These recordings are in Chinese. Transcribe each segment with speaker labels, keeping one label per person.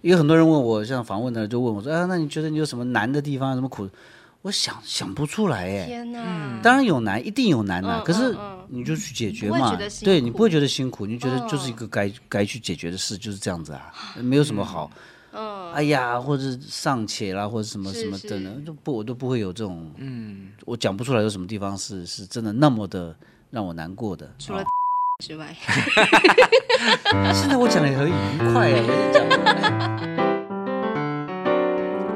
Speaker 1: 因为很多人问我，像访问的人就问我说：“啊，那你觉得你有什么难的地方，什么苦？”我想想不出来
Speaker 2: 哎
Speaker 1: 耶。
Speaker 3: 天哪！
Speaker 1: 当然有难，一定有难呐、
Speaker 3: 嗯
Speaker 1: 可是
Speaker 3: 嗯嗯
Speaker 1: 你就去解决
Speaker 3: 不会
Speaker 1: 嘛
Speaker 3: 觉得，辛
Speaker 1: 对你
Speaker 3: 苦嗯
Speaker 1: 不会觉得辛苦，你觉得就是一个该、该去解决的事，就是这样子啊，没有什么好。哎呀，或者是尚且啦，或者什么
Speaker 3: 嗯是
Speaker 1: 什么的呢，
Speaker 3: 是
Speaker 1: 就不我都不会有这种，嗯，我讲不出来有什么地方是是真的那么的让我难过的。
Speaker 3: 除了
Speaker 2: 哦
Speaker 1: 啊
Speaker 3: 之外，
Speaker 1: 现在我讲的很愉快 啊，每天讲得很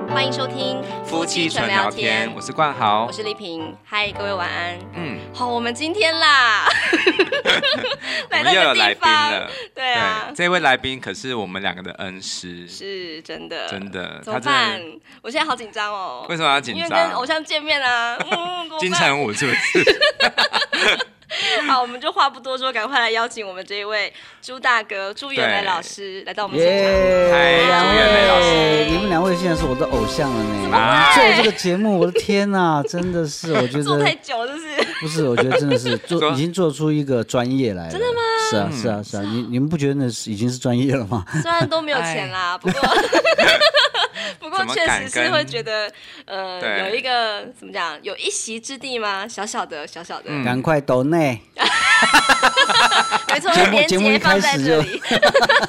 Speaker 3: 欢迎收听
Speaker 2: 夫妻纯聊天，我是冠豪
Speaker 3: 我。是丽萍，嗨，各位晚安。
Speaker 2: 嗯，
Speaker 3: 好，我们今天啦，
Speaker 2: 我
Speaker 3: 来
Speaker 2: 们
Speaker 3: 到
Speaker 2: 又有
Speaker 3: 这
Speaker 2: 来
Speaker 3: 个地
Speaker 2: 宾
Speaker 3: 方，
Speaker 2: 了。
Speaker 3: 对啊，
Speaker 2: 这位来宾可是我们两个的恩师，
Speaker 3: 是真的，
Speaker 2: 真的。
Speaker 3: 怎么
Speaker 2: 他
Speaker 3: 办
Speaker 2: 真的？
Speaker 3: 我现在好紧张哦，
Speaker 2: 为什么要紧
Speaker 3: 因为跟
Speaker 2: 张
Speaker 3: 偶？像见面啊， 嗯，怎么
Speaker 2: 金
Speaker 3: 办
Speaker 2: 城武是不是？
Speaker 3: 好，我们就话不多说，赶快来邀请我们这一位朱大哥朱元来
Speaker 2: 对
Speaker 3: 老师来到我们现场。
Speaker 1: 耶！
Speaker 2: 嗨
Speaker 1: 两
Speaker 2: 朱元培老师
Speaker 1: 位，你们两位现在是我的偶像了呢。
Speaker 2: 嗨
Speaker 1: 做这个节目，我的天呐，真的是，我觉
Speaker 3: 坐太
Speaker 1: 得
Speaker 3: 久了是不是？
Speaker 1: 不是，我觉得真的 是做
Speaker 2: 说
Speaker 1: 已经做出一个专业来了。真的吗？是啊，是啊，是
Speaker 2: 嗯
Speaker 1: 啊，你你们不觉得那是已经是专业了吗？
Speaker 3: 虽然都没有钱啦，不 过不过
Speaker 2: 哎怎么
Speaker 3: 确
Speaker 2: 敢
Speaker 3: 实是
Speaker 2: 跟
Speaker 3: 会觉得，呃，
Speaker 2: 对
Speaker 3: 有一个怎么讲，有一席之地吗？小小的，小小的，
Speaker 2: 嗯
Speaker 1: 赶快抖 内，
Speaker 3: 没错，
Speaker 1: 节目
Speaker 3: 连
Speaker 1: 节目一
Speaker 3: 接放在
Speaker 1: 开始
Speaker 3: 这
Speaker 1: 就
Speaker 3: 里，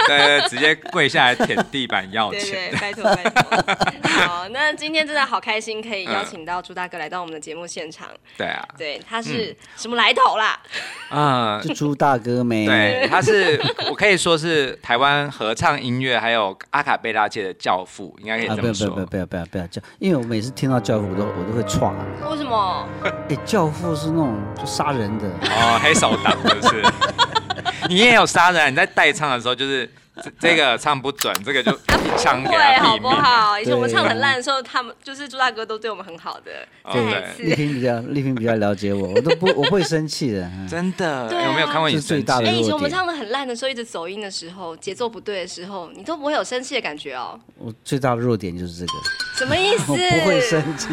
Speaker 2: 对，直接跪下来舔地板要
Speaker 3: 对
Speaker 2: 钱。
Speaker 3: 对，拜托拜托。好，那今天真的好开心，可
Speaker 2: 嗯
Speaker 3: 以邀请到朱大哥来到我们的节目现场。
Speaker 2: 对啊，
Speaker 3: 对，他是什么来头啦？
Speaker 2: 嗯，
Speaker 1: 就朱大哥没。
Speaker 2: 对，他是我可以说是台湾合唱音乐还有阿卡贝拉界的教父，应该可
Speaker 1: 啊，
Speaker 2: 以这
Speaker 1: 不要
Speaker 2: 么
Speaker 1: 不要不要不
Speaker 2: 说。
Speaker 1: 要不要不要叫，因为我每次听到教父，我都我都会歘。啊
Speaker 3: 为什么？
Speaker 1: 哎，教父是那种就杀人的，
Speaker 2: 哦，黑手党是不是？ 你也有杀人啊，你在代唱的时候就是这这个唱不准，这个就一枪给
Speaker 3: 对，
Speaker 2: 他
Speaker 3: 好
Speaker 2: 毙
Speaker 3: 啊不
Speaker 2: 命。
Speaker 3: 好？以前我们
Speaker 1: 对啊
Speaker 3: 唱很烂的时候，他们就是朱大哥都对我们很好的。
Speaker 2: 哦
Speaker 3: 再
Speaker 2: 对
Speaker 3: 来一次
Speaker 1: 丽萍比较丽萍比较了解我，我都不我不会生气的。嗯
Speaker 2: 真的，
Speaker 3: 对啊
Speaker 2: 欸我没有看过你
Speaker 1: 这是最
Speaker 2: 生
Speaker 1: 大
Speaker 2: 气
Speaker 1: 的
Speaker 3: 哎、以前我
Speaker 1: 弱
Speaker 3: 们
Speaker 1: 点
Speaker 3: 唱的很烂的时候，一直走音的时候，节奏不对的时候，你都不会有生气的感觉哦。
Speaker 1: 我最大的弱点就是这个，
Speaker 3: 什么意思？
Speaker 1: 我 不会，生气，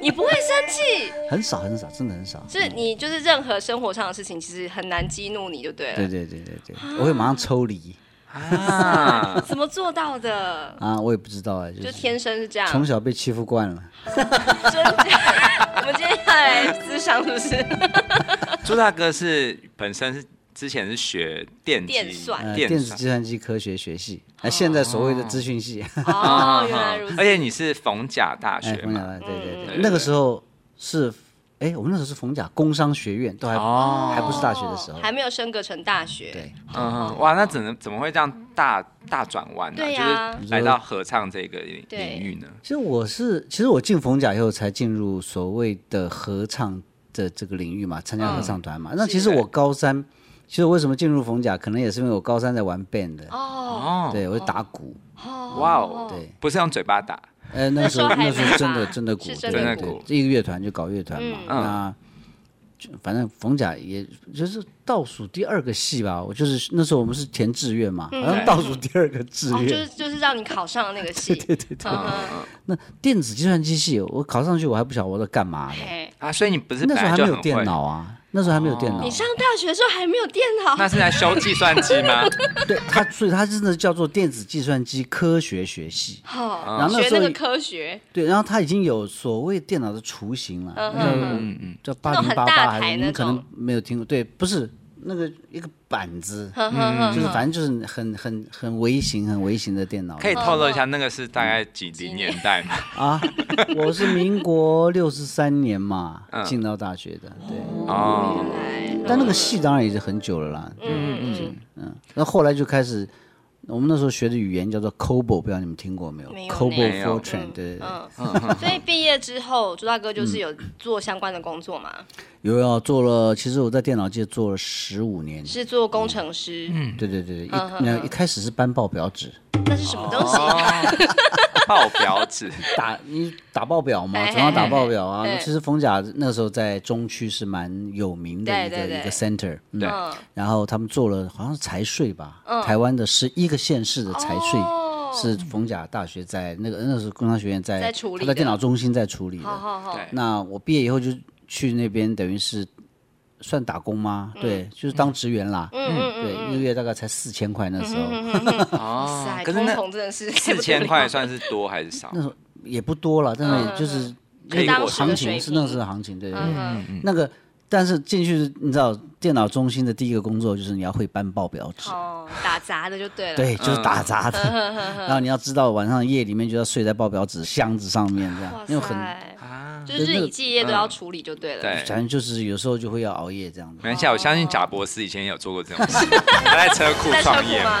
Speaker 3: 你不会生气，
Speaker 1: 很少很少，真的很少。
Speaker 3: 是你就是任何生活上的事情，其实很难激怒你，就对了。
Speaker 1: 对对对对对，我会马上抽离
Speaker 2: 啊！
Speaker 3: 怎么做到的？
Speaker 1: 啊！我也不知道哎，就
Speaker 3: 就是天生是这 样，
Speaker 1: 从小被欺负惯了。
Speaker 3: 真的。我们今天要来咨商，是 不是？
Speaker 2: 朱大哥是本身是之前是学电机
Speaker 3: 电算
Speaker 1: 呃，
Speaker 2: 啊电
Speaker 1: 电子计算机科学学系，啊，现在所谓的资讯系，啊
Speaker 3: 哦，原来如此
Speaker 2: 嗯而。且你是逢甲大
Speaker 1: 哎
Speaker 2: 学，
Speaker 1: 冯
Speaker 2: 嘛？
Speaker 1: 甲，对对
Speaker 2: 嗯
Speaker 1: 对，那个时候是，哎，我们那时候是冯甲工商学院，都还
Speaker 2: 哦
Speaker 1: 还不是大学的时候
Speaker 3: 还没有升格成大学。
Speaker 1: 对，
Speaker 2: 嗯，哇，那怎么怎么会这样大大转弯呢？
Speaker 3: 对呀
Speaker 2: 就是来到合唱这个领域呢？
Speaker 1: 其实我是，其实我进冯甲以后才进入所谓的合唱的这个领域嘛，参加合唱团嘛。那其实我高三，其实我为什么进入冯甲，可能也是因为我高三在玩 band 的，
Speaker 3: 哦，
Speaker 2: 哦，
Speaker 1: 对，我就打鼓，
Speaker 2: 哇哦，
Speaker 1: 对，
Speaker 2: 不是用嘴巴打，
Speaker 1: 呃，那个时候
Speaker 3: 那时
Speaker 1: 那
Speaker 3: 候还
Speaker 1: 时候
Speaker 3: 没
Speaker 1: 真
Speaker 3: 吧
Speaker 1: 的真的鼓，
Speaker 3: 是
Speaker 1: 对
Speaker 3: 真
Speaker 2: 的
Speaker 1: 对
Speaker 2: 鼓
Speaker 1: 对，一个乐团就搞乐团嘛，
Speaker 2: 嗯
Speaker 1: 那就反正冯甲也就是倒数第二个系吧，我就是那时候我们是填志愿嘛，好像倒数第二个志
Speaker 3: 嗯哦，就
Speaker 1: 愿
Speaker 3: 是，就是让你考上了那个 系。对对对。嗯
Speaker 1: 那电子计算机系我考上去我还不晓得我在干嘛呢，
Speaker 3: 嘿
Speaker 2: 啊，所以你不是
Speaker 1: 那
Speaker 2: 本
Speaker 1: 时候
Speaker 2: 来
Speaker 1: 还
Speaker 2: 就
Speaker 1: 没
Speaker 2: 很
Speaker 1: 有电
Speaker 2: 会，
Speaker 1: 脑啊，那时候还没有电脑
Speaker 3: 哦你，上大学的时候还没有电脑，
Speaker 2: 那是在修计算机吗？
Speaker 1: 对它，所以它真的叫做电子计算机科学学系。
Speaker 3: 哦，
Speaker 1: 然后那
Speaker 3: 学
Speaker 1: 时
Speaker 3: 那
Speaker 1: 候
Speaker 3: 个科学，
Speaker 1: 对，然后它已经有所谓电脑的雏形了，
Speaker 3: 嗯
Speaker 1: 那
Speaker 3: 嗯
Speaker 1: 个
Speaker 2: 嗯嗯，
Speaker 1: 叫
Speaker 3: 那
Speaker 1: 八
Speaker 3: 种
Speaker 1: 零
Speaker 3: 很
Speaker 1: 八
Speaker 3: 大
Speaker 1: 八，
Speaker 3: 台
Speaker 1: 还是你
Speaker 3: 那
Speaker 1: 们可能
Speaker 3: 种
Speaker 1: 没有听过。对，不是那个一个板子，嗯
Speaker 3: 呵呵呵
Speaker 1: 就是
Speaker 3: 呵
Speaker 1: 反正就是很很很微型、很微型的电脑。
Speaker 2: 可以透露一下那个是大概几零年代吗？
Speaker 1: 啊，我是民国六十三年嘛
Speaker 2: 嗯
Speaker 1: 进到大学的，对。
Speaker 2: 哦，
Speaker 3: 原来
Speaker 1: 但那个系当然也是很久了啦，
Speaker 3: 嗯嗯
Speaker 1: 那后来就开始，我们那时候学的语言叫做 COBOL，不知道你们听过没有
Speaker 3: 没有
Speaker 2: 没
Speaker 1: ？COBOL
Speaker 2: 有
Speaker 1: Fortran，对对对，
Speaker 3: 嗯嗯，所以毕业之后，朱大哥就是有做相关的工作嘛，
Speaker 1: 有要做了，其实我在电脑界做了十五年，
Speaker 3: 是做工程师，
Speaker 1: 对对对对，一那一开始是搬报表纸，
Speaker 3: 那是什么东西？
Speaker 2: 报表纸，
Speaker 1: 打 你打报表嘛，
Speaker 3: 嘿嘿
Speaker 1: 总要打报表啊
Speaker 3: 嘿嘿。嘿
Speaker 1: 其实冯甲那时候在中区是蛮有名的一
Speaker 3: 对
Speaker 1: 个
Speaker 3: 对对
Speaker 1: 一个 center，嗯
Speaker 2: 对
Speaker 3: 嗯，
Speaker 1: 然后他们做了好像是财税吧，台湾的十一个县市的财税。
Speaker 3: 哦
Speaker 1: 是冯甲大学在那个那时候工商学院在
Speaker 3: 在处理的
Speaker 2: 哦
Speaker 1: 他在电脑中心在处理的。
Speaker 3: 好好好，
Speaker 2: 对
Speaker 1: 那我毕业以后就去那边，等于是算打工吗？对，就是当职员啦。
Speaker 3: 嗯嗯
Speaker 1: 对，一个月大概才四千块，那时候、
Speaker 2: 哦
Speaker 3: 塞，
Speaker 2: 可是
Speaker 3: 通
Speaker 2: 那
Speaker 3: 膨真的是
Speaker 2: 四千块算是多还是少？
Speaker 1: 那时候也不多了，
Speaker 3: 嗯
Speaker 1: 但是就是
Speaker 2: 可以
Speaker 1: 那个
Speaker 2: 过
Speaker 1: 行
Speaker 3: 水
Speaker 1: 情是
Speaker 3: 平
Speaker 1: 那时候的行情，对对对。
Speaker 3: 嗯
Speaker 1: 那个，但是进去你知道，电脑中心的第一个工作就是你要会搬报表纸，
Speaker 3: 哦，打杂的就对了。
Speaker 1: 对，就是
Speaker 3: 嗯
Speaker 1: 打杂 的。然后你要知道，晚上夜里面就要睡在报表纸箱子上面这样
Speaker 3: 哇，
Speaker 1: 因为很
Speaker 3: 塞，
Speaker 2: 啊，
Speaker 3: 就是日以继夜都
Speaker 2: 嗯
Speaker 3: 要处理就对了。
Speaker 2: 对
Speaker 1: 反正就是有时候就会要熬夜这样子
Speaker 3: 哎
Speaker 2: 没。关系啊，我相信贾博士以前也有做过这种 事，他在车库
Speaker 3: 在车
Speaker 2: 创
Speaker 3: 库
Speaker 2: 业嘛。
Speaker 3: 吗？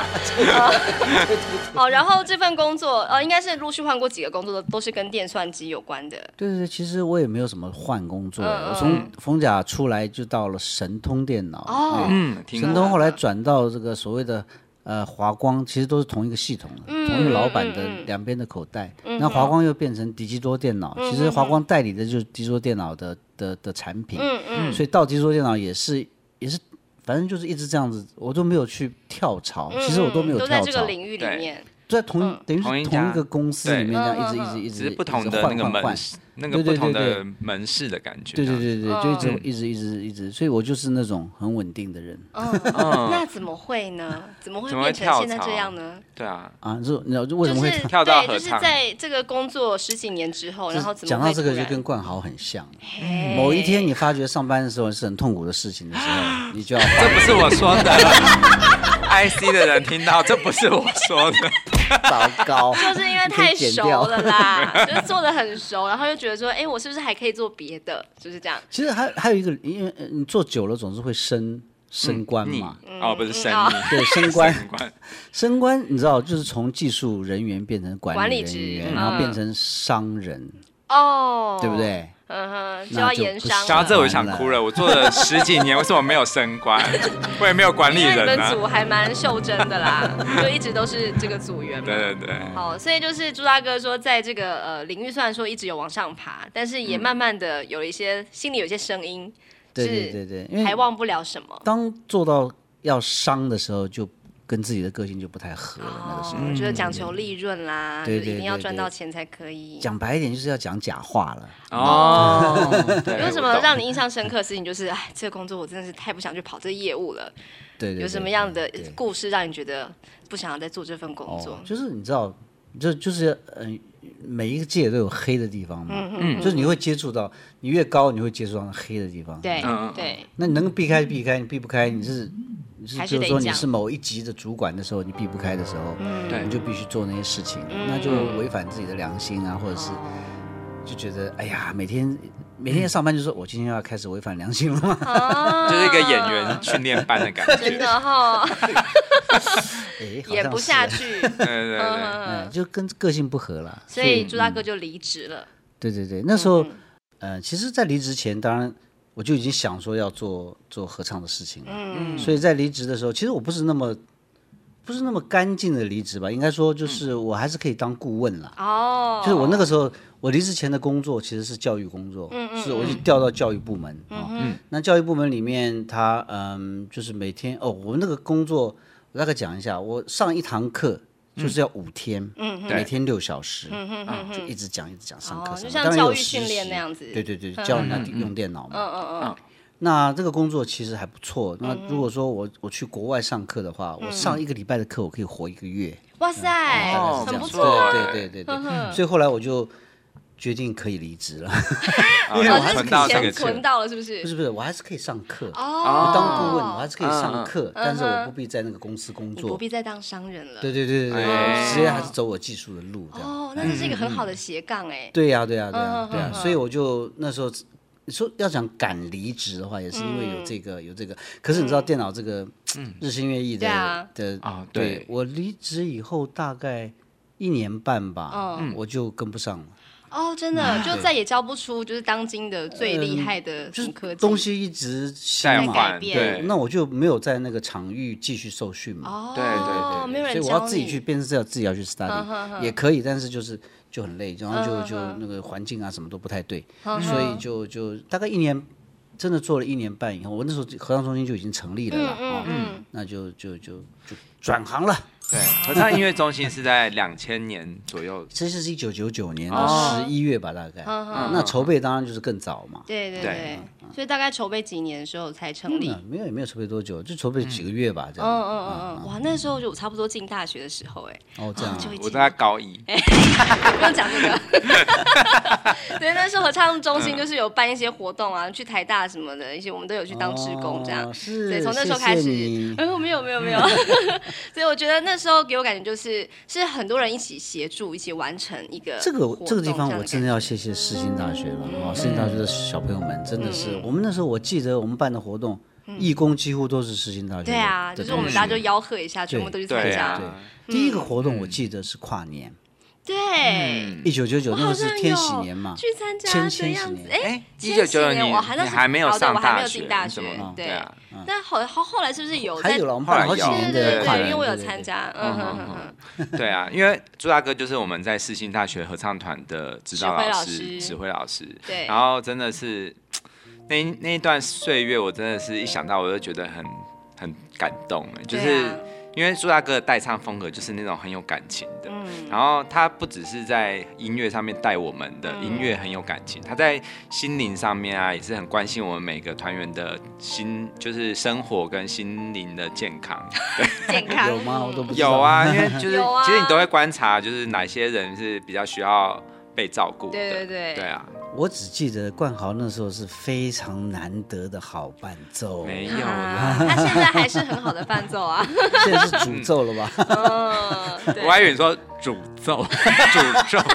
Speaker 3: 哦，然后这份工作呃，应该是陆续换过几个工作的，都是跟电算机有关的。
Speaker 1: 对对对，其实我也没有什么换工作，
Speaker 3: 嗯嗯
Speaker 1: 我从冯甲出来就到了神通电脑，
Speaker 3: 哦，
Speaker 2: 嗯，听
Speaker 1: 神
Speaker 2: 过
Speaker 1: 通后来转到这个所谓的呃华光，其实都是同一个系统的，同一个老板
Speaker 3: 嗯
Speaker 1: 的两边的口袋。那华光又变成迪基多电脑，
Speaker 3: 嗯
Speaker 1: 其实华光代理的就是迪基多电脑的的的产品，
Speaker 3: 嗯嗯，
Speaker 1: 所以到迪基多电脑也是也是，反正就是一直这样子，我都没有去跳槽，其实我都没有
Speaker 3: 嗯都在
Speaker 1: 跳
Speaker 3: 这个
Speaker 1: 槽，
Speaker 3: 领嗯域里
Speaker 2: 对
Speaker 3: 面。
Speaker 1: 在同等于
Speaker 2: 同一
Speaker 1: 是
Speaker 2: 家
Speaker 1: 同一个公司里面这样一
Speaker 3: 对
Speaker 1: 直一直一
Speaker 2: 只
Speaker 1: 直
Speaker 2: 是不同
Speaker 1: 一直
Speaker 2: 的
Speaker 1: 换
Speaker 2: 那个
Speaker 1: 换
Speaker 2: 门
Speaker 1: 换
Speaker 2: 市，那个
Speaker 1: 对对
Speaker 2: 不同
Speaker 1: 对
Speaker 2: 的
Speaker 1: 对
Speaker 2: 门市的感觉。啊
Speaker 1: 对对对对，就一直、
Speaker 2: 嗯
Speaker 1: 一直一直一直，所以我就是那种很稳定的人
Speaker 3: 嗯，那怎么会呢？怎么会
Speaker 2: 怎么
Speaker 3: 变
Speaker 2: 会
Speaker 3: 成
Speaker 2: 跳
Speaker 3: 现在
Speaker 2: 槽
Speaker 3: 这样呢？
Speaker 2: 对啊，
Speaker 1: 啊，就你知道就为什么会、
Speaker 3: 就是
Speaker 2: 跳到
Speaker 3: 对，就
Speaker 2: 合
Speaker 3: 是
Speaker 2: 唱
Speaker 3: 在这个工作十几年之哦后，然后怎么
Speaker 1: 讲
Speaker 3: 会
Speaker 1: 到这个
Speaker 3: 突
Speaker 1: 就
Speaker 3: 然哎
Speaker 1: 跟冠豪很像，
Speaker 3: 嘿
Speaker 1: 某一天你发觉上班的时候是很痛苦的事情的时候， 你就要
Speaker 2: 这不是我说 的。IC 的人听到，这不是我说的。
Speaker 1: 糟糕，
Speaker 3: 就是因为
Speaker 1: 你可以
Speaker 3: 太
Speaker 1: 剪
Speaker 3: 熟
Speaker 1: 掉
Speaker 3: 了啦， 就是做的很熟，然后又觉得说，哎、我是不是还可以做别的？就是这样。
Speaker 1: 其实还还有一个，因为呃你做久了总是会升
Speaker 3: 嗯
Speaker 1: 升官
Speaker 2: 你
Speaker 1: 嘛，
Speaker 2: 哦，不是声
Speaker 3: 哦
Speaker 2: 音，
Speaker 1: 对，升官
Speaker 2: 声官
Speaker 1: 升官，你知道就是从技术人员变成管
Speaker 3: 管理
Speaker 1: 理人
Speaker 3: 职
Speaker 1: 员，
Speaker 3: 嗯
Speaker 1: 然后变成商人，
Speaker 3: 哦，
Speaker 1: 对不？对？
Speaker 3: 嗯哼，就
Speaker 1: 那
Speaker 3: 要
Speaker 1: 就
Speaker 3: 盐
Speaker 1: 不
Speaker 3: 商
Speaker 1: 是
Speaker 2: 讲到
Speaker 3: 了。
Speaker 2: 这我就想哭了。我做了十几年，为什么没有升官？我也没有管理
Speaker 3: 因为你
Speaker 2: 人
Speaker 3: 们
Speaker 2: 啊。
Speaker 3: 组还蛮袖珍 的啦，就一直都是这个组员嘛。
Speaker 2: 对对对，
Speaker 3: 好，所以就是朱大哥说，在这个呃领域虽然说一直有往上爬，但是
Speaker 2: 嗯
Speaker 3: 也慢慢的有一些、心里有一些声音，
Speaker 1: 对
Speaker 3: 是
Speaker 1: 对对对，因
Speaker 3: 还
Speaker 1: 为
Speaker 3: 忘不了什么。
Speaker 1: 当做到要商的时候，就跟自己的个性就不太合了。
Speaker 2: 嗯
Speaker 1: 那个时候，
Speaker 3: 哦，就是讲求利润啦，
Speaker 1: 嗯对
Speaker 3: 就一
Speaker 1: 对
Speaker 3: 定要
Speaker 1: 对
Speaker 3: 赚
Speaker 1: 对
Speaker 3: 到钱才可以。
Speaker 1: 讲白一点，就是要讲假话了。
Speaker 2: 哦，对
Speaker 3: 有什
Speaker 2: 我
Speaker 3: 么
Speaker 2: 懂
Speaker 3: 让你印象深刻的事情？就是，哎，这个工作我真的是太不想去跑这业务了。
Speaker 1: 对对对，
Speaker 3: 有什么样的
Speaker 1: 对对
Speaker 3: 故事让你觉得不想要再做这份工作
Speaker 1: 哦？，就是你知道，就就是嗯、每一个界都有黑的地方嘛，
Speaker 2: 嗯
Speaker 1: 就是你会接触到，你越高，你会接触到黑的地方。，
Speaker 3: 对
Speaker 2: 嗯嗯
Speaker 3: 对，
Speaker 1: 那你能避开避开，你避不开，你是你是
Speaker 3: 还是
Speaker 1: 就是
Speaker 3: 得
Speaker 1: 说你
Speaker 3: 讲
Speaker 1: 是某一级的主管的时候，你避不开的时候，
Speaker 2: 对
Speaker 3: 嗯
Speaker 1: 你就必须做那些事情，那就违反自己的良心啊，或者是就觉得哎呀，每天每天上班就说我今天要开始违反良心了吗？
Speaker 3: 哦
Speaker 2: 就是一个演员训练班的感觉。
Speaker 3: 真的哈，
Speaker 1: 哎，好像
Speaker 3: 演不
Speaker 1: 是
Speaker 3: 下，去，
Speaker 2: 对对对，
Speaker 1: 嗯，就跟个性不合了。
Speaker 3: 所以朱大
Speaker 1: 嗯
Speaker 3: 哥就离职了。
Speaker 1: 对对对，那时候，呃，其实，在离职前，当然我就已经想说要做做合唱的事情了。嗯，所以在离职的时候，其实我不是那么不是那么干净的离职吧，应该说就是我还是可以当顾问啦。
Speaker 3: 哦，
Speaker 1: 就是我那个时候，我离职前的工作其实是教育工作，
Speaker 3: 嗯
Speaker 1: 是我就调到教育部门啊、那教育部门里面，他嗯，就是每天哦，我们那个工作，我大概讲一下，我上一堂课
Speaker 3: 嗯
Speaker 1: 就是要五天，每天六小时，啊就一直讲一直讲，上课上
Speaker 3: 哦，就
Speaker 1: 课，
Speaker 3: 像
Speaker 1: 当然
Speaker 3: 教
Speaker 1: 有
Speaker 3: 育
Speaker 1: 实
Speaker 3: 训练
Speaker 1: 习
Speaker 3: 那样子。
Speaker 1: 对对对，教人家用电脑嘛。啊
Speaker 3: 嗯嗯嗯，
Speaker 1: 那这个工作其实还不错。那如果说我我去国外上课的话，
Speaker 3: 嗯
Speaker 1: 我上一个礼拜的课，我可以活一个月。
Speaker 3: 哇塞
Speaker 1: 哦大概，是这
Speaker 3: 哦很
Speaker 1: 样
Speaker 3: 不
Speaker 1: 子
Speaker 3: 错啊。
Speaker 1: 对对对对对。所以后来我就决定可以离 职了，
Speaker 2: 因
Speaker 1: 为
Speaker 3: 哦
Speaker 1: 我
Speaker 3: 就
Speaker 1: 还
Speaker 3: 是
Speaker 1: 是
Speaker 2: 存到这
Speaker 3: 钱
Speaker 2: 个
Speaker 3: 存
Speaker 2: 钱，
Speaker 3: 到了，是不是
Speaker 1: 不？是不是，我还是可以上课。
Speaker 3: 哦，嗯
Speaker 1: 当顾问，我还是可以上课，但是我不必在那个公司工
Speaker 3: 你不
Speaker 1: 作。
Speaker 3: 必再当商人了。
Speaker 1: 对对对对对，
Speaker 2: 哎
Speaker 1: 我直接还是走我技术的路这样。
Speaker 3: 哦，那这是一个很好
Speaker 1: 嗯
Speaker 3: 的斜杠哎。
Speaker 1: 对呀对呀对
Speaker 3: 嗯
Speaker 1: 呀
Speaker 3: 嗯
Speaker 1: 对呀，所以我就那时候。你说要讲敢离职的话，也是因为有这个、
Speaker 3: 嗯
Speaker 1: 有这个。可是你知道电脑这个，日新月异的、
Speaker 3: 对啊
Speaker 1: 的
Speaker 2: 啊
Speaker 1: 对
Speaker 2: 对
Speaker 1: 我离职以后大概一年半吧，
Speaker 3: 嗯
Speaker 1: 我就跟不上了，
Speaker 3: 哦，真的
Speaker 1: 嗯
Speaker 3: 就再也教不出就是当今的最厉害的什么科技
Speaker 1: 呃东西一直新
Speaker 2: 在
Speaker 3: 在改
Speaker 2: 换
Speaker 3: 变
Speaker 2: 对，
Speaker 1: 那我就没有在那个场域继续受训嘛。
Speaker 3: 哦，
Speaker 2: 对对对对
Speaker 3: 没有
Speaker 1: 所以
Speaker 3: 人
Speaker 1: 我
Speaker 3: 教
Speaker 1: 要自己去，
Speaker 3: 你。
Speaker 1: 变成是要自己要去
Speaker 3: 嗯
Speaker 1: study，也可以，但是就是就很累，然后
Speaker 3: 嗯
Speaker 1: 就就那个环境啊什么都不太对，所以就就大概一年，真的做了一年半以哦后，我那时候合唱中心就已经成立了啦，
Speaker 3: 嗯
Speaker 1: 哦，那就就就就转行了，，
Speaker 2: 对，合唱音乐中心是在两千年左右
Speaker 1: 这是一九九九年的
Speaker 2: 哦
Speaker 1: 十一月吧，大概。
Speaker 3: 嗯嗯
Speaker 1: 那筹备当然就是更早嘛。
Speaker 3: 对对
Speaker 2: 对
Speaker 3: 对，所以大概筹备几年的时候才成立。
Speaker 1: 那没有也没有筹备多久，就筹备几个月吧，这
Speaker 3: 嗯
Speaker 1: 样。
Speaker 3: 嗯嗯嗯，哇，那时候就我差不多进大学的时候、哎，
Speaker 1: 哦，这样啊。
Speaker 3: 就已经
Speaker 2: 我在高一，
Speaker 3: 哎不用讲这个。 对，那时候合唱中心就是有办一些活动啊，去台大什么的一些，我们都有去当志工这样。
Speaker 1: 哦是
Speaker 3: 对，从那时候开始
Speaker 1: 谢谢你，
Speaker 3: 哎、没有没 有没有，所以我觉得那时候给我感觉就是是很多人一起协助，一起完成一个
Speaker 1: 这个
Speaker 3: 活动
Speaker 1: 这个地方
Speaker 3: 样
Speaker 1: 我真的
Speaker 3: 感嗯
Speaker 1: 要谢谢世新大学了啊！世新大学的小朋友们真的是，我们那时候我记得我们办的活动，义工几乎都是世新大学的。
Speaker 3: 嗯觉对啊，就是我们大家就嗯吆喝一下，全部都去参
Speaker 2: 对啊
Speaker 3: 加。
Speaker 1: 对，第一个活
Speaker 2: 嗯
Speaker 1: 动我记得是跨年，
Speaker 3: 对，
Speaker 1: 一九九九
Speaker 3: 我
Speaker 1: 那
Speaker 3: 好
Speaker 1: 个
Speaker 3: 像
Speaker 1: 是
Speaker 3: 有
Speaker 1: 天禧年嘛，
Speaker 3: 去参加
Speaker 1: 千
Speaker 3: 的
Speaker 1: 千禧
Speaker 3: 样子。
Speaker 1: 年
Speaker 3: 哎，
Speaker 2: 哎，一九
Speaker 3: 千禧
Speaker 2: 九九
Speaker 3: 年
Speaker 2: 年
Speaker 3: 我还那
Speaker 2: 你
Speaker 3: 是
Speaker 2: 还没有
Speaker 3: 哦对
Speaker 2: 上
Speaker 3: 我还没
Speaker 2: 大
Speaker 3: 有
Speaker 2: 学
Speaker 3: 进，大
Speaker 2: 你怎
Speaker 3: 学
Speaker 2: 么，
Speaker 3: 对
Speaker 2: 对啊，
Speaker 3: 但后后后来是不是有
Speaker 1: 嗯
Speaker 3: 在？
Speaker 1: 还有了，我们办了好几
Speaker 2: 后来有
Speaker 1: 年
Speaker 3: 对
Speaker 1: 的
Speaker 3: 对
Speaker 1: 跨
Speaker 3: 对，
Speaker 1: 年，
Speaker 3: 因为我有
Speaker 1: 对对
Speaker 3: 参
Speaker 1: 对
Speaker 3: 加，嗯哼哼哼，
Speaker 2: 对啊，因为朱大哥就是我们在世新大学合唱团的指导老师、
Speaker 3: 指
Speaker 2: 指挥老师。
Speaker 3: 对
Speaker 2: 然后真的是那一那一段岁月，我真的是一想到我就觉得很很感动，欸就是
Speaker 3: 对啊
Speaker 2: 因为朱大哥的带唱风格就是那种很有感情的。
Speaker 3: 嗯
Speaker 2: 然后他不只是在音乐上面带我们的
Speaker 3: 嗯
Speaker 2: 音乐很有感情，他在心灵上面啊也是很关心我们每个团员的心，就是生活跟心灵的健 康。
Speaker 3: 健康
Speaker 1: 有吗？我都不知道
Speaker 2: 有 啊，因为就是、
Speaker 3: 有啊
Speaker 2: 其实你都会观察，就是哪些人是比较需要被照顾的。
Speaker 3: 对对对
Speaker 2: 对啊，
Speaker 1: 我只记得冠豪那时候是非常难得的好伴奏，
Speaker 2: 没有
Speaker 3: 啊
Speaker 2: 啦。
Speaker 3: 他现在还是很好的伴奏 啊，
Speaker 1: 现在是诅咒了 吧？
Speaker 3: 嗯，
Speaker 2: 我还
Speaker 3: 对
Speaker 2: 以为你说诅 咒，诅咒，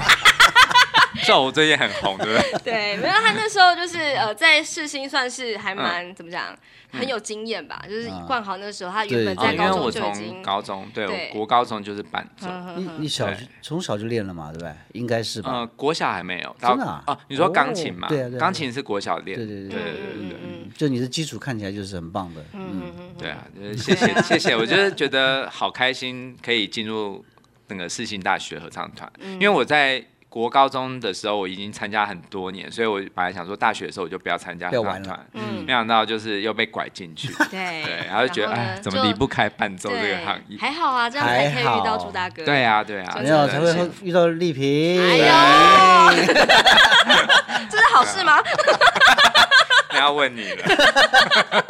Speaker 2: 咒最近很红，对不对？
Speaker 3: 对，没有他那时候就是呃，在世新算是还蛮怎么讲，很有经验吧，就是
Speaker 1: 嗯
Speaker 3: 冠豪那时候他原
Speaker 1: 对
Speaker 3: 本
Speaker 1: 哦
Speaker 3: 在
Speaker 2: 啊因
Speaker 3: 高
Speaker 2: 为
Speaker 3: 中
Speaker 2: 我
Speaker 3: 就已
Speaker 2: 从
Speaker 3: 经，
Speaker 2: 高中，对
Speaker 3: 对
Speaker 2: 我国高中就是伴奏。
Speaker 3: 嗯哼
Speaker 1: 你
Speaker 3: 哼
Speaker 1: 你小
Speaker 2: 对
Speaker 1: 从小就练了嘛，对不对？应该是吧？
Speaker 2: 呃，国小还没有，
Speaker 1: 真
Speaker 2: 到
Speaker 1: 的啊
Speaker 2: 哦，你说钢琴嘛？
Speaker 1: 哦对啊对啊对啊
Speaker 2: 钢琴是国小练。
Speaker 1: 对对对
Speaker 2: 对
Speaker 1: 对
Speaker 2: 对对
Speaker 3: 嗯
Speaker 1: 就你的基础看起来就是很棒的，
Speaker 3: 嗯嗯
Speaker 2: 对啊，就是谢
Speaker 3: 对啊
Speaker 2: 谢谢谢，我就是觉得好开心，可以进入那个世新大学合唱团，
Speaker 3: 嗯
Speaker 2: 因为我在。国高中的时候我已经参加很多年，所以我本来想说大学的时候我就不要参加
Speaker 1: 不要
Speaker 2: 合
Speaker 1: 玩
Speaker 2: 唱
Speaker 1: 了
Speaker 2: 团，
Speaker 3: 嗯
Speaker 2: 没想到就是又被拐进去，
Speaker 3: 对
Speaker 2: 对，然后就觉得
Speaker 3: 然后呢
Speaker 2: 哎，怎么
Speaker 3: 就
Speaker 2: 离不开伴奏这个
Speaker 3: 对
Speaker 2: 行业？
Speaker 3: 还好啊，这样才可以
Speaker 1: 还好
Speaker 3: 遇到朱大哥，
Speaker 2: 对啊，对啊，
Speaker 3: 真
Speaker 1: 没
Speaker 3: 的
Speaker 1: 有
Speaker 2: 真
Speaker 1: 才
Speaker 2: 的
Speaker 1: 会遇到丽萍。
Speaker 3: 哎
Speaker 1: 对
Speaker 3: 呦，这是好事吗？
Speaker 2: 不 要问你了，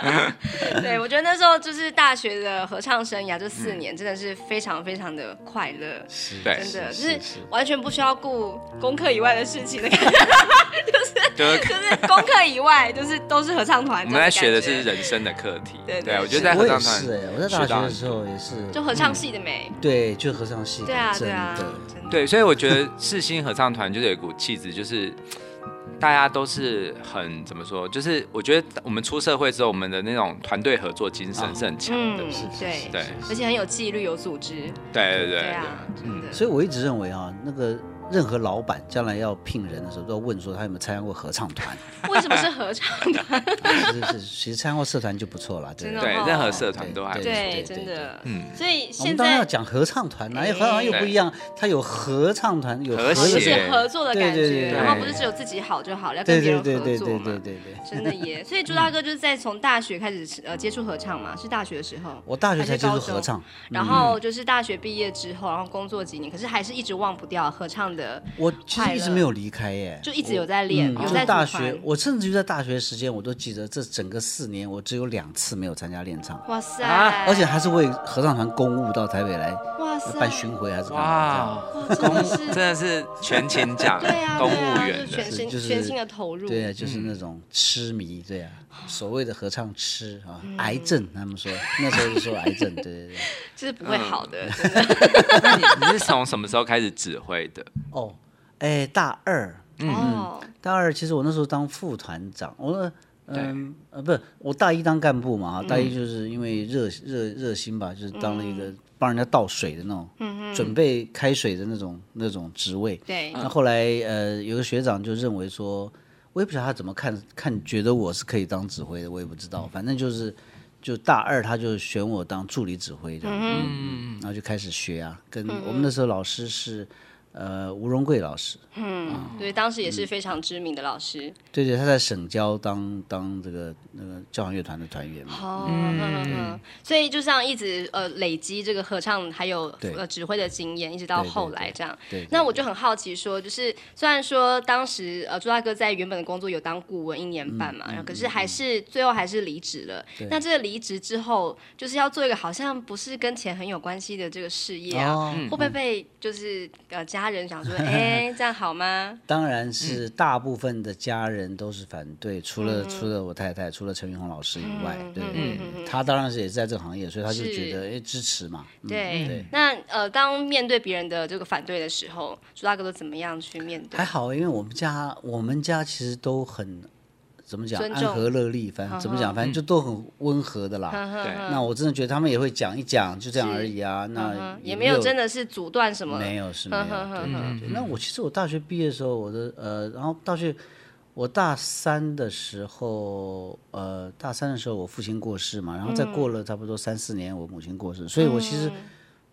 Speaker 3: 对，我觉得那时候就是大学的合唱生涯，这四年真的是非常非常的快乐，
Speaker 2: 对，
Speaker 3: 真的就是是
Speaker 1: 是
Speaker 3: 完全不需要顾功课以外的事情的感觉，
Speaker 2: 就是
Speaker 3: 就是功课以外就是都是合唱团。
Speaker 2: 我们在学的
Speaker 3: 这
Speaker 2: 是
Speaker 3: 样感
Speaker 2: 人生的课题，
Speaker 3: 对对
Speaker 2: 对，我觉
Speaker 3: 是
Speaker 2: 得在
Speaker 1: 我
Speaker 2: 合
Speaker 1: 也
Speaker 2: 唱
Speaker 1: 是
Speaker 2: 团
Speaker 1: 哎，我在大
Speaker 2: 学
Speaker 1: 学
Speaker 2: 到
Speaker 1: 的时候也是，
Speaker 3: 觉，就合唱系的美。
Speaker 1: 对，就合唱系，
Speaker 3: 对啊，
Speaker 1: 嗯真
Speaker 3: 对啊
Speaker 1: 的，，
Speaker 3: 真的
Speaker 2: 对，所以我觉得世新合唱团就是有一股气质，就是大家都是很怎么说，就是我觉得我们出社会之后，我们的那种团队合作精
Speaker 1: 啊
Speaker 2: 神是很强的。
Speaker 3: 嗯
Speaker 1: 是是
Speaker 3: 对
Speaker 1: 是
Speaker 2: 对
Speaker 1: 是
Speaker 3: 而且很有纪律，有组织。
Speaker 2: 对对对
Speaker 3: 对啊，真的。
Speaker 1: 所以我一直认为啊，那个任何老板将来要聘人的时候，都要问说他有没有参加过合唱团。
Speaker 3: 为什么是合唱团？
Speaker 1: 其实是其实参加过社团就不错了，对
Speaker 3: 真的
Speaker 2: 对
Speaker 3: 哦
Speaker 2: 任何社团都还不错。
Speaker 3: 对，
Speaker 1: 对
Speaker 3: 真的。
Speaker 2: 嗯
Speaker 3: 所以
Speaker 1: 我们
Speaker 3: 现
Speaker 1: 当然要
Speaker 3: 在哎
Speaker 1: 讲合唱团啊啦，因为合唱团又不一样，它有合唱团，有
Speaker 2: 和
Speaker 1: 合
Speaker 2: 谐
Speaker 1: 的
Speaker 3: 是合作的感
Speaker 1: 对对
Speaker 3: 觉，
Speaker 1: 对
Speaker 3: 然后不是只有自己好就好，要
Speaker 1: 对
Speaker 3: 跟别
Speaker 1: 对
Speaker 3: 人
Speaker 1: 对
Speaker 3: 合
Speaker 1: 对对
Speaker 3: 作
Speaker 1: 对
Speaker 3: 嘛
Speaker 1: 对。对。
Speaker 3: 真的 耶，所以朱大哥就是在从大学开始呃接触合唱嘛，是大学的时候，
Speaker 1: 我大学才接
Speaker 3: 还
Speaker 1: 触
Speaker 3: 是高中
Speaker 1: 合，唱，
Speaker 3: 然后就是大学毕业之后，然后工作几年，可是还是一直忘不掉合唱的，
Speaker 1: 我其实一直没有离开耶，
Speaker 3: 就一直有在练，
Speaker 1: 嗯
Speaker 3: 有
Speaker 1: 就
Speaker 3: 在
Speaker 1: 是大
Speaker 3: 组团
Speaker 1: 学，我甚至于在大学时间，我都记得这整个四年，我只有两次没有参加练唱，
Speaker 3: 哇塞，
Speaker 2: 啊
Speaker 1: 而且还是为合唱团公务到台北来
Speaker 3: 哇塞，
Speaker 1: 办巡回还是干嘛这样
Speaker 2: 哇，
Speaker 3: 哇真的
Speaker 2: 真
Speaker 3: 是。
Speaker 2: 的是全勤奖
Speaker 3: 对啊，
Speaker 2: 公
Speaker 3: 对
Speaker 2: 务
Speaker 3: 啊，就是
Speaker 2: 员
Speaker 3: 全
Speaker 2: 的，
Speaker 1: 是
Speaker 3: 心
Speaker 1: 就是
Speaker 3: 全心的投入，
Speaker 1: 对啊，就是那种痴迷，对啊，所谓的合唱痴啊，
Speaker 3: 嗯
Speaker 1: 癌症，他们说那时候就说癌症，对对对。
Speaker 3: 就是不会
Speaker 2: 嗯
Speaker 3: 好的，真的。
Speaker 2: 那你你是从什么时候开始指挥的？
Speaker 1: 哦，哎，大二，
Speaker 3: 哦，
Speaker 1: 大二，其实我那时候当副团长，我说嗯
Speaker 2: 对
Speaker 1: 呃不是，我大一当干部嘛，大一就是因为热热热心吧，就是当了一个帮人家倒水的那种，准备开水的那种那种职位。
Speaker 3: 对，嗯
Speaker 1: 那后来呃，有个学长就认为说，我也不晓得他怎么看看，觉得我是可以当指挥的，我也不知道，反正就是。就大二，他就选我当助理指挥这样，嗯，然后就开始学啊，跟我们那时候老师是呃吴荣贵老师，
Speaker 3: 嗯，对，当时也是非常知名的老师。
Speaker 1: 对对，他在省交当当这个那个交响乐团的团员嘛。
Speaker 3: 哦，嗯嗯嗯，所以就这样一直呃累积这个合唱还有
Speaker 1: 对
Speaker 3: 呃指挥的经验，一直到
Speaker 1: 对对
Speaker 3: 后来这样。
Speaker 1: 对对
Speaker 3: 那我就很好奇说，就是虽然说当时呃朱大哥在原本的工作有当顾问一年半
Speaker 1: 嗯
Speaker 3: 嘛，然后可是还是最后还是离职了。那这个离职之后，就是要做一个好像不是跟钱很有关系的这个事业啊，
Speaker 1: 哦，
Speaker 3: 会不会被就是呃家人 想说，哎、这样好吗？
Speaker 1: 当然是
Speaker 3: 嗯
Speaker 1: 大部分的家人都是反对，除了除了我太太，除了陈云红老师以外，
Speaker 3: 嗯
Speaker 1: 对对对，他当然是也是在这个行业，所以他就是觉得哎支持嘛。嗯
Speaker 3: 对，
Speaker 1: 对
Speaker 3: 那呃，当面对别人的这个反对的时候，朱大哥都怎么样去面对
Speaker 1: 还？好，因为我们家我们家其实都很怎么讲，
Speaker 3: 尊重嗯
Speaker 1: 安和乐利，反正怎么讲，反正就都很温和的啦。
Speaker 2: 对，
Speaker 1: 那我真的觉得他们也会讲一讲，就这样而已啊。那
Speaker 3: 嗯，也
Speaker 1: 没
Speaker 3: 没有真的是阻断什么，
Speaker 1: 没有是没有。对对对那我其实我大学毕业的时候，我的呃，然后大学我大三的时候，呃，大三的时候我父亲过世
Speaker 3: 嗯
Speaker 1: 嘛，然后再过了差不多三四年，我母亲过世，所以我其实。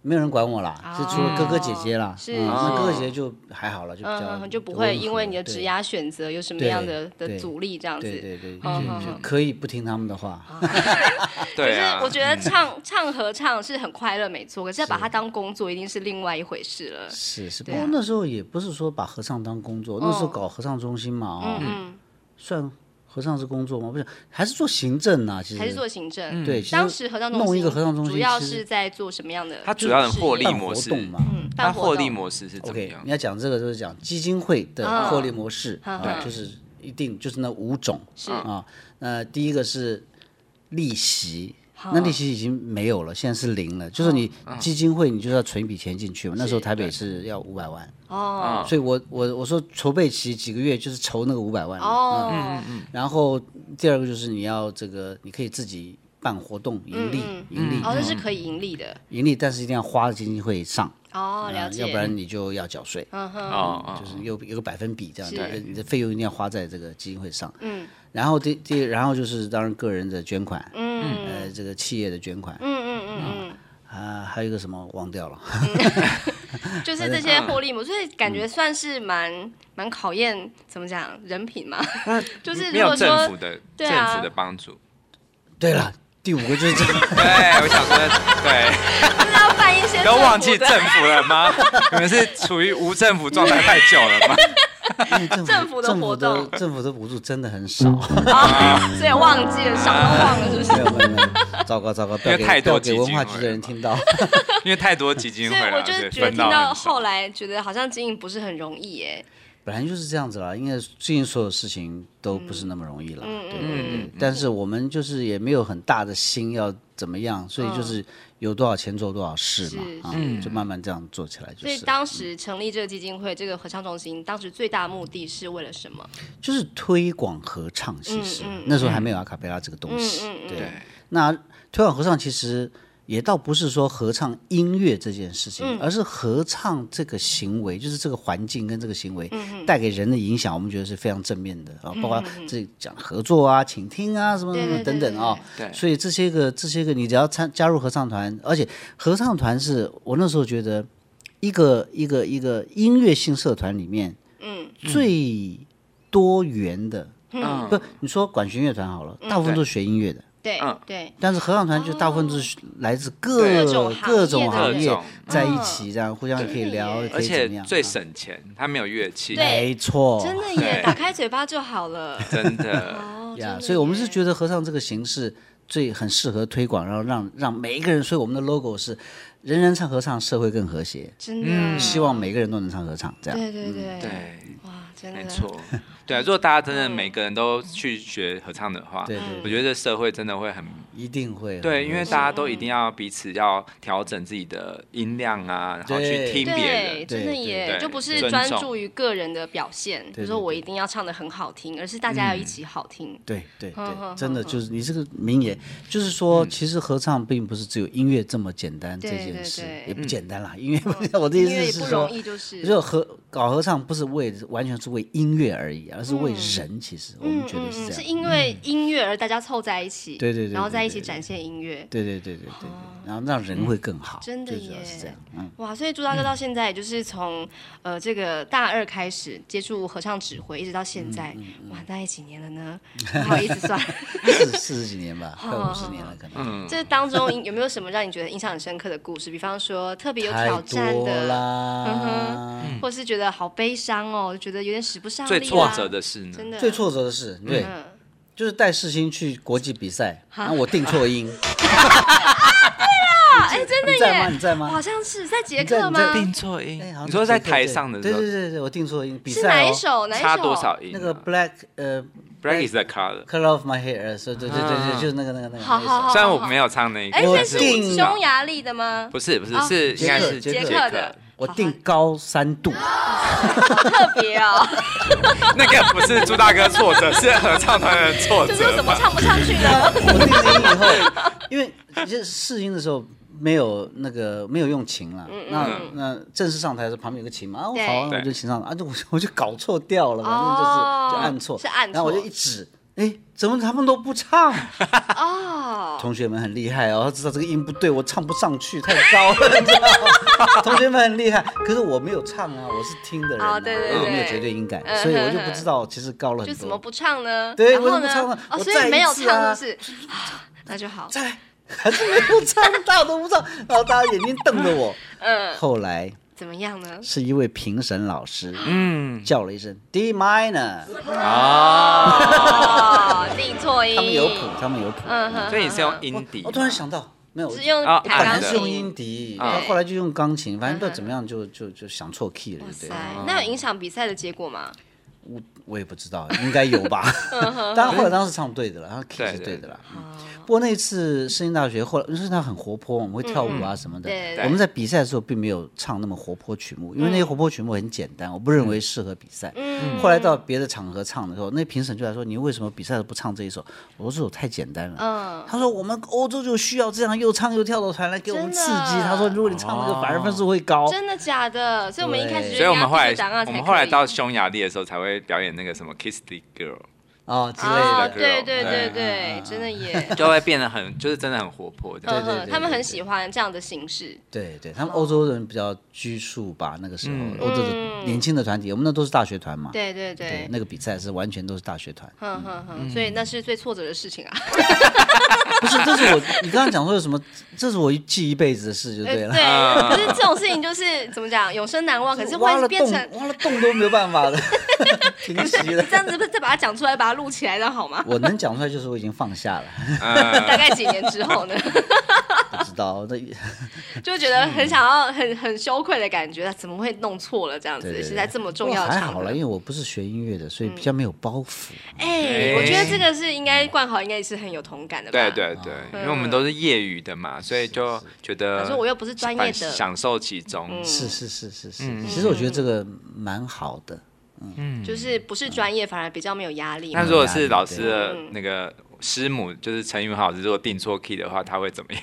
Speaker 1: 没有人管我啦，是除了哥哥姐姐啦，
Speaker 3: 哦是哦
Speaker 1: 嗯那
Speaker 2: 是
Speaker 1: 哥哥姐姐就还好了，就比较
Speaker 3: 嗯，就不会因为你的
Speaker 1: 对
Speaker 3: 职涯选择有什么样的
Speaker 1: 对
Speaker 3: 的阻力这样子。
Speaker 1: 对对对，
Speaker 3: 嗯
Speaker 1: 就
Speaker 3: 嗯
Speaker 1: 就
Speaker 3: 嗯
Speaker 1: 可以不听他们的话，
Speaker 3: 可
Speaker 2: 对
Speaker 3: 是
Speaker 2: 啊
Speaker 3: 我，觉
Speaker 1: 嗯
Speaker 3: 得唱唱合唱是很快乐，没错。可是要把它当工作，一定是另外一回事了。
Speaker 1: 是是。不
Speaker 3: 对
Speaker 1: 过
Speaker 3: 啊哦
Speaker 1: 那时候也不是说把合唱当工作，那时候搞合唱中心嘛，哦，
Speaker 3: 嗯，
Speaker 1: 算合唱是工作吗？不是，还是做行政呐，其实
Speaker 3: 还是做行政。
Speaker 1: 嗯
Speaker 2: 嗯
Speaker 1: 对，其
Speaker 3: 当
Speaker 1: 实
Speaker 3: 时合唱中心
Speaker 1: 弄一个合唱中心，
Speaker 3: 主要
Speaker 1: 其实
Speaker 3: 是在做什么样的事业？
Speaker 2: 它主要的获利
Speaker 1: 办
Speaker 2: 模
Speaker 1: 活
Speaker 2: 式嗯
Speaker 1: 动嘛。
Speaker 3: 嗯
Speaker 2: 它
Speaker 3: 办活
Speaker 2: 获利
Speaker 3: 动
Speaker 2: 模式是怎么
Speaker 1: OK，
Speaker 2: 样
Speaker 1: 你？要讲这个就是讲基金会的获利模式
Speaker 3: 嗯
Speaker 1: 啊，
Speaker 3: 嗯
Speaker 1: 就是一定就是那五种
Speaker 3: 是
Speaker 1: 啊。那第一个是利息。那利息已经没有了，现在是零了。就是你
Speaker 3: 嗯
Speaker 1: 基金会，你就是要存一笔钱进去嘛。那时候台北是要五百万，
Speaker 3: 哦
Speaker 1: 所以我我我说筹备期几个月就是筹那个五百
Speaker 2: 嗯
Speaker 1: 万。
Speaker 3: 哦，
Speaker 1: 然后第二个就是你要这个，你可以自己办活动盈利，
Speaker 2: 嗯
Speaker 1: 盈利
Speaker 3: 哦，那是可以盈利的
Speaker 1: 盈利，但是一定要花基金会上，
Speaker 3: 哦，了
Speaker 1: 啊
Speaker 3: 解。嗯
Speaker 1: 要不然你就要缴税。
Speaker 2: 哦哦，
Speaker 1: 嗯就是有有个百分比这样，
Speaker 3: 是
Speaker 1: 你的你的费用一定要花在这个基金会上。
Speaker 3: 嗯，
Speaker 1: 然后第第，然后就是当然个人的捐款，
Speaker 3: 嗯
Speaker 1: 呃，这个企业的捐款
Speaker 3: 嗯嗯嗯
Speaker 1: 啊，还有一个什么忘掉了。
Speaker 3: 嗯，就是这些获利模式，所以感
Speaker 1: 嗯
Speaker 3: 觉算是蛮蛮考验怎么讲人品嘛。 就是如
Speaker 2: 没有
Speaker 3: 果
Speaker 2: 政
Speaker 3: 说
Speaker 2: 府的
Speaker 3: 对啊
Speaker 2: 政府的帮助。
Speaker 1: 对了，第五个就是这 个，
Speaker 2: 对，我想说，对，
Speaker 3: 就是要办一些
Speaker 2: 都
Speaker 3: 政
Speaker 2: 忘
Speaker 3: 府
Speaker 2: 记
Speaker 3: 的
Speaker 2: 政府了 吗？你们是处于无政府状态太久了吗？
Speaker 1: 因为政府
Speaker 3: 政府的
Speaker 1: 政
Speaker 3: 活
Speaker 1: 府
Speaker 3: 动
Speaker 1: 的政府的补助真的很 少，
Speaker 3: 啊，所以忘记了，想都忘了，是不是？
Speaker 2: 嗯
Speaker 1: 没有没有没有，糟糕糟糕，不要
Speaker 2: 因为
Speaker 1: 给
Speaker 2: 太
Speaker 1: 不
Speaker 2: 多
Speaker 1: 要给
Speaker 2: 基金
Speaker 1: 文化局的人
Speaker 2: 会了
Speaker 1: 听到。
Speaker 2: 因为太多基金
Speaker 3: 所
Speaker 2: 会
Speaker 3: 以我
Speaker 2: 了，
Speaker 3: 就
Speaker 2: 所以
Speaker 3: 觉得
Speaker 2: 啊分
Speaker 3: 听
Speaker 2: 到
Speaker 3: 到
Speaker 2: 很少
Speaker 3: 后来，觉得好像经营不是很容易耶。
Speaker 1: 本来就是这样子啦，因为最近所有事情都不是那么容易啦，
Speaker 3: 嗯
Speaker 1: 对对
Speaker 3: 嗯
Speaker 1: 对、
Speaker 2: 嗯
Speaker 1: 但是我们就是也没有很大的心要怎么样，所以就是有多少钱做多少事嘛，
Speaker 3: 是
Speaker 1: 啊、就慢慢这样做起来就
Speaker 3: 所以
Speaker 1: 是了，
Speaker 3: 当时成立这个基金会，这个合唱中心，当时最大的目的是为了什么？
Speaker 1: 就是推广合唱。其实、
Speaker 3: 嗯嗯
Speaker 1: 那时候还没有阿卡贝拉这个东西，
Speaker 3: 嗯嗯嗯
Speaker 1: 对。那推广合唱其实也倒不是说合唱音乐这件事情，
Speaker 3: 嗯
Speaker 1: 而是合唱这个行为，就是这个环境跟这个行为
Speaker 3: 嗯
Speaker 1: 带给人的影响，我们觉得是非常正面的啊，包括这讲合作啊、倾听啊什么什
Speaker 3: 对
Speaker 1: 么
Speaker 3: 对
Speaker 1: 等等啊。
Speaker 2: 对
Speaker 1: 所以这些个这些个，你只要参加入合唱团，而且合唱团是我那时候觉得一个一个一个音乐性社团里面，嗯，最多元的。
Speaker 2: 嗯
Speaker 1: 不，你说管弦乐团好
Speaker 3: 嗯
Speaker 1: 了，大部分都是学音乐的，
Speaker 3: 对
Speaker 2: 嗯
Speaker 3: 对，
Speaker 1: 但是合唱团就大部分都是来自各
Speaker 3: 各种行业
Speaker 1: 各种
Speaker 3: 的
Speaker 1: 行
Speaker 2: 人
Speaker 1: 业
Speaker 2: 嗯
Speaker 1: 在一起，这样互相也可以聊，也
Speaker 2: 而
Speaker 1: 可以
Speaker 2: 且
Speaker 1: 怎么样？
Speaker 2: 最
Speaker 1: 啊
Speaker 2: 省钱，它没有乐器，
Speaker 3: 对
Speaker 1: 没错，
Speaker 3: 真的耶，
Speaker 2: 对
Speaker 3: 打开嘴巴就好 了。
Speaker 2: 真的，
Speaker 3: 哦，真
Speaker 1: 呀
Speaker 3: 的
Speaker 1: 所以我们是
Speaker 3: 耶
Speaker 1: 觉得合唱这个形式最很适合推广，然后让让每一个人，所以我们的 logo 是人人唱合唱，社会更和谐，
Speaker 3: 真的，
Speaker 1: 希望每个人都能唱合唱，这样。
Speaker 3: 嗯对对对
Speaker 2: 嗯对，
Speaker 3: 哇，真的
Speaker 2: 没错，对啊。如果大家真的每个人都去学合唱的话，
Speaker 1: 对对
Speaker 2: 我觉得社会真的会很
Speaker 1: 一定会
Speaker 2: 对，因为
Speaker 1: 很
Speaker 2: 大家都一定要彼此要调整自己的音量啊，然后
Speaker 1: 对
Speaker 2: 去听别
Speaker 3: 对，
Speaker 2: 人，
Speaker 3: 真的
Speaker 1: 对
Speaker 3: 耶，
Speaker 2: 对
Speaker 3: 就不是
Speaker 2: 尊
Speaker 3: 专
Speaker 2: 重
Speaker 3: 注于个人的表现，比如
Speaker 1: 对
Speaker 3: 说
Speaker 1: 对
Speaker 3: 我一定要唱的很好听，而是大家要一起好听。
Speaker 1: 对对
Speaker 3: 哼哼
Speaker 1: 对，真的就是你这个名言，就是说，
Speaker 2: 嗯
Speaker 1: 其实合唱并不是只有音乐这么简单这
Speaker 3: 对对
Speaker 1: 件事
Speaker 3: 对，
Speaker 1: 也不简单啦。音乐， 我的意
Speaker 3: 因为也
Speaker 1: 思
Speaker 3: 不
Speaker 1: 是
Speaker 3: 容
Speaker 1: 说，
Speaker 3: 易，就是
Speaker 1: 就合搞合唱不是为完全是为音乐啊而已，而是为人。其实我们觉得
Speaker 3: 嗯
Speaker 1: 是这
Speaker 3: 是
Speaker 1: 样。
Speaker 3: 因为音乐而大家凑在一起，
Speaker 1: 对对对
Speaker 3: 然后
Speaker 1: 对
Speaker 3: 在一起展现音乐。
Speaker 1: 对对对对对对，然后让人会更好，
Speaker 3: 哦真的
Speaker 1: 最主要
Speaker 3: 耶
Speaker 1: 是这样，嗯，
Speaker 3: 哇，所以朱大哥到现在也就是从、呃这个大二开始接触合唱指挥，一直到现在，哇，大概几年了呢？不好意思算，
Speaker 1: 四四十几年吧，
Speaker 3: 哦
Speaker 1: 快五十年了可能，
Speaker 2: 嗯
Speaker 3: 这当中有没有什么让你觉得印象很深刻的故事？比方说特别有挑
Speaker 1: 太
Speaker 3: 战
Speaker 1: 多
Speaker 3: 的，嗯
Speaker 1: 啦。
Speaker 3: 或是觉得好悲伤哦，觉得有点使不上力、啊，
Speaker 2: 最挫折的是呢，
Speaker 3: 真的
Speaker 1: 嗯
Speaker 3: 啊
Speaker 1: 最挫折的是，对，
Speaker 3: 嗯
Speaker 1: 就是带世新去国际比赛，然后我定错 音，
Speaker 3: 啊，哎、真的
Speaker 1: 你在吗？
Speaker 3: 耶，
Speaker 1: 你在吗
Speaker 3: 好？像是在捷
Speaker 1: 你在
Speaker 3: 克
Speaker 1: 你在
Speaker 3: 吗？
Speaker 2: 定错音
Speaker 1: 哎好，像
Speaker 2: 你说在
Speaker 1: 对对对
Speaker 2: 台上的时
Speaker 1: 对
Speaker 2: 候
Speaker 1: 对对对，我定错音，比
Speaker 3: 是
Speaker 1: 赛
Speaker 3: 哪
Speaker 1: 哦
Speaker 3: 一首？哪一首？
Speaker 2: 差多少音啊？
Speaker 1: 那个 Black 呃
Speaker 2: Black is the color。
Speaker 1: Color of My Hair，是，呃对对对对，
Speaker 2: 啊
Speaker 1: 就是那个那个那个。
Speaker 3: 好好好
Speaker 2: 虽然我没有唱那一个，
Speaker 3: 哎，
Speaker 1: 我
Speaker 3: 这
Speaker 2: 但是
Speaker 3: 是
Speaker 1: 定啊
Speaker 2: 知道
Speaker 3: 匈牙利的吗？
Speaker 2: 不是不是
Speaker 3: 哦
Speaker 2: 是应该是
Speaker 1: 捷克
Speaker 3: 捷
Speaker 1: 克
Speaker 3: 克的，
Speaker 1: 我定高三 度，
Speaker 3: 特别 哦，
Speaker 2: 那个不是朱大哥挫折，是合唱团的挫
Speaker 3: 就是
Speaker 2: 折
Speaker 3: 怎么
Speaker 2: 吧？
Speaker 3: 唱不上去呢？
Speaker 1: 我定了音以后，因为就是试音的时候没有那个没有用琴了，那那正式上台的时候旁边有个琴嘛，啊，我
Speaker 3: 嗯对
Speaker 1: 好啊，我就琴上了，啊，就我就我就搞错调了，反正
Speaker 3: 哦
Speaker 1: 就是就按错，
Speaker 3: 是按错
Speaker 1: 然后我就一指，哎，怎么他们都不唱？
Speaker 3: 哦，
Speaker 1: 同学们很厉害哦，他知道这个音不对，我唱不上去，太高了，你知道吗？ 同学们很厉害，可是我没有唱啊，我是听的人、啊，
Speaker 3: 哦对对对
Speaker 1: 我没有绝对音感，
Speaker 3: 嗯
Speaker 1: 所以我就不知道其实高了
Speaker 3: 就
Speaker 1: 很
Speaker 3: 怎么
Speaker 1: 多。
Speaker 3: 不唱呢？
Speaker 1: 对
Speaker 3: 然
Speaker 1: 为
Speaker 3: 后
Speaker 1: 什么不唱
Speaker 3: 呢
Speaker 1: 呢？
Speaker 3: 哦，
Speaker 1: 我
Speaker 3: 所
Speaker 1: 再
Speaker 3: 以
Speaker 1: 一
Speaker 3: 没有
Speaker 1: 次啊
Speaker 3: 唱是不是？啊那就好。
Speaker 1: 再来，还是没有唱，大家都不唱，然后大家眼睛瞪着我。
Speaker 3: 嗯，
Speaker 1: 后来
Speaker 3: 怎么样 呢？
Speaker 1: 是一位评审老师
Speaker 2: 嗯
Speaker 1: 叫了一声 D minor，
Speaker 2: 啊，
Speaker 3: 哦，定错音。
Speaker 1: 他们有谱，他们有谱。
Speaker 3: 嗯哼。
Speaker 2: 所以你是用音底吗？
Speaker 1: 我突然想到，没有，
Speaker 3: 是用
Speaker 2: 啊
Speaker 3: 弹
Speaker 1: 本来
Speaker 3: 钢
Speaker 1: 是用音
Speaker 3: 琴。
Speaker 1: 笛，
Speaker 2: 嗯
Speaker 1: 但后来就用钢琴，反正不知道怎么样就就就想错 key 了，
Speaker 3: 嗯哇
Speaker 1: 就对
Speaker 3: 塞
Speaker 1: 了。，
Speaker 3: 那有影响比赛的结果吗？
Speaker 1: 我我也不知道，应该有吧。
Speaker 3: 嗯
Speaker 1: 当然后来当时唱对的了，然后 key
Speaker 2: 对
Speaker 1: 是
Speaker 2: 对
Speaker 1: 对的了。嗯不过那一次深圳大学后来，因为深圳大学很活泼，我们会跳舞啊什么的。
Speaker 3: 嗯对对
Speaker 1: 我们在比赛的时候并没有唱那么活泼曲目，因为那些活泼曲目很简单，我不认为适合比赛。
Speaker 3: 嗯
Speaker 1: 后来到别的场合唱的时候，那评审就来说：“你为什么比赛都不唱这一首？”我说：“这首太简单了。”
Speaker 3: 嗯，
Speaker 1: 他说：“我们欧洲就需要这样又唱又跳的团来给我们
Speaker 3: 真的哦
Speaker 1: 刺激。”他说：“如果你唱那个，反而分数会高。”
Speaker 3: 真的假的？所以我们一开始就
Speaker 1: 对
Speaker 2: 所以我们后来
Speaker 3: 应该要啊记住档案才
Speaker 2: 我
Speaker 3: 可以
Speaker 2: 们后来到匈牙利的时候才会表演那个什么 Kiss the Girl，
Speaker 1: 哦之类
Speaker 3: 哦
Speaker 1: 的，，
Speaker 3: 对对对
Speaker 2: 对
Speaker 1: 嗯
Speaker 3: 对，真的耶。
Speaker 2: 就会变得很就是真的很活泼这
Speaker 3: 嗯
Speaker 2: 样。
Speaker 1: 对对
Speaker 3: 哼，
Speaker 1: 对
Speaker 3: 他们
Speaker 1: 对
Speaker 3: 很
Speaker 1: 对
Speaker 3: 喜欢这样的形式。
Speaker 1: 对对，他们欧洲人比较拘束吧，那个时候欧洲的年轻的团体，我们那都是大学团嘛。
Speaker 3: 嗯对对
Speaker 1: 对嗯
Speaker 3: 对，，
Speaker 1: 那个比赛是完全都是大学团，
Speaker 3: 哼哼哼，所以那是最挫折的事情啊。
Speaker 1: 不是？这是我 你刚刚讲说有什么？这是我记一辈子的事就
Speaker 3: 呃
Speaker 1: 对了。
Speaker 3: 对，
Speaker 2: 啊
Speaker 3: 可是这种事情就是怎么讲，永生难忘，可是
Speaker 1: 挖
Speaker 3: 会
Speaker 1: 了
Speaker 3: 变
Speaker 1: 洞
Speaker 3: 成，
Speaker 1: 挖了洞都没有办 法的，停息了
Speaker 3: 这。样子，再把它讲出来，把它录起来，这样好吗？
Speaker 1: 我能讲出来就是我已经放下 了，
Speaker 2: 嗯，
Speaker 3: 大概几年之后呢，
Speaker 1: 不知道那
Speaker 3: 就会觉得
Speaker 2: 嗯
Speaker 3: 很想要很很羞愧的感觉，啊怎么会弄错了这样
Speaker 1: 对
Speaker 3: 子？
Speaker 1: 对
Speaker 3: 是
Speaker 1: 对
Speaker 3: 在这么重要
Speaker 1: 不过
Speaker 3: 的
Speaker 1: 还
Speaker 3: 场
Speaker 1: 好
Speaker 3: 合
Speaker 1: 了，，因为我不是学音乐的，所以比较没有包袱。
Speaker 3: 哎，我觉得这个是应该冠豪应该也是很有同感的吧？
Speaker 2: 对。对对，因为我们都是业余的嘛，所以就觉得
Speaker 3: 嗯可是我又不是专业
Speaker 2: 反
Speaker 3: 的，嗯
Speaker 2: 享受其中。
Speaker 1: 是是是是是，其实我觉得这个蛮好的。
Speaker 3: 就是不是专业，反而比较没有压力嘛
Speaker 2: 那。如果
Speaker 1: 嗯
Speaker 2: 是老师的
Speaker 3: 嗯
Speaker 2: 那个师母，就是陈宇文老师，如果定错 key 的话，他会怎 么样？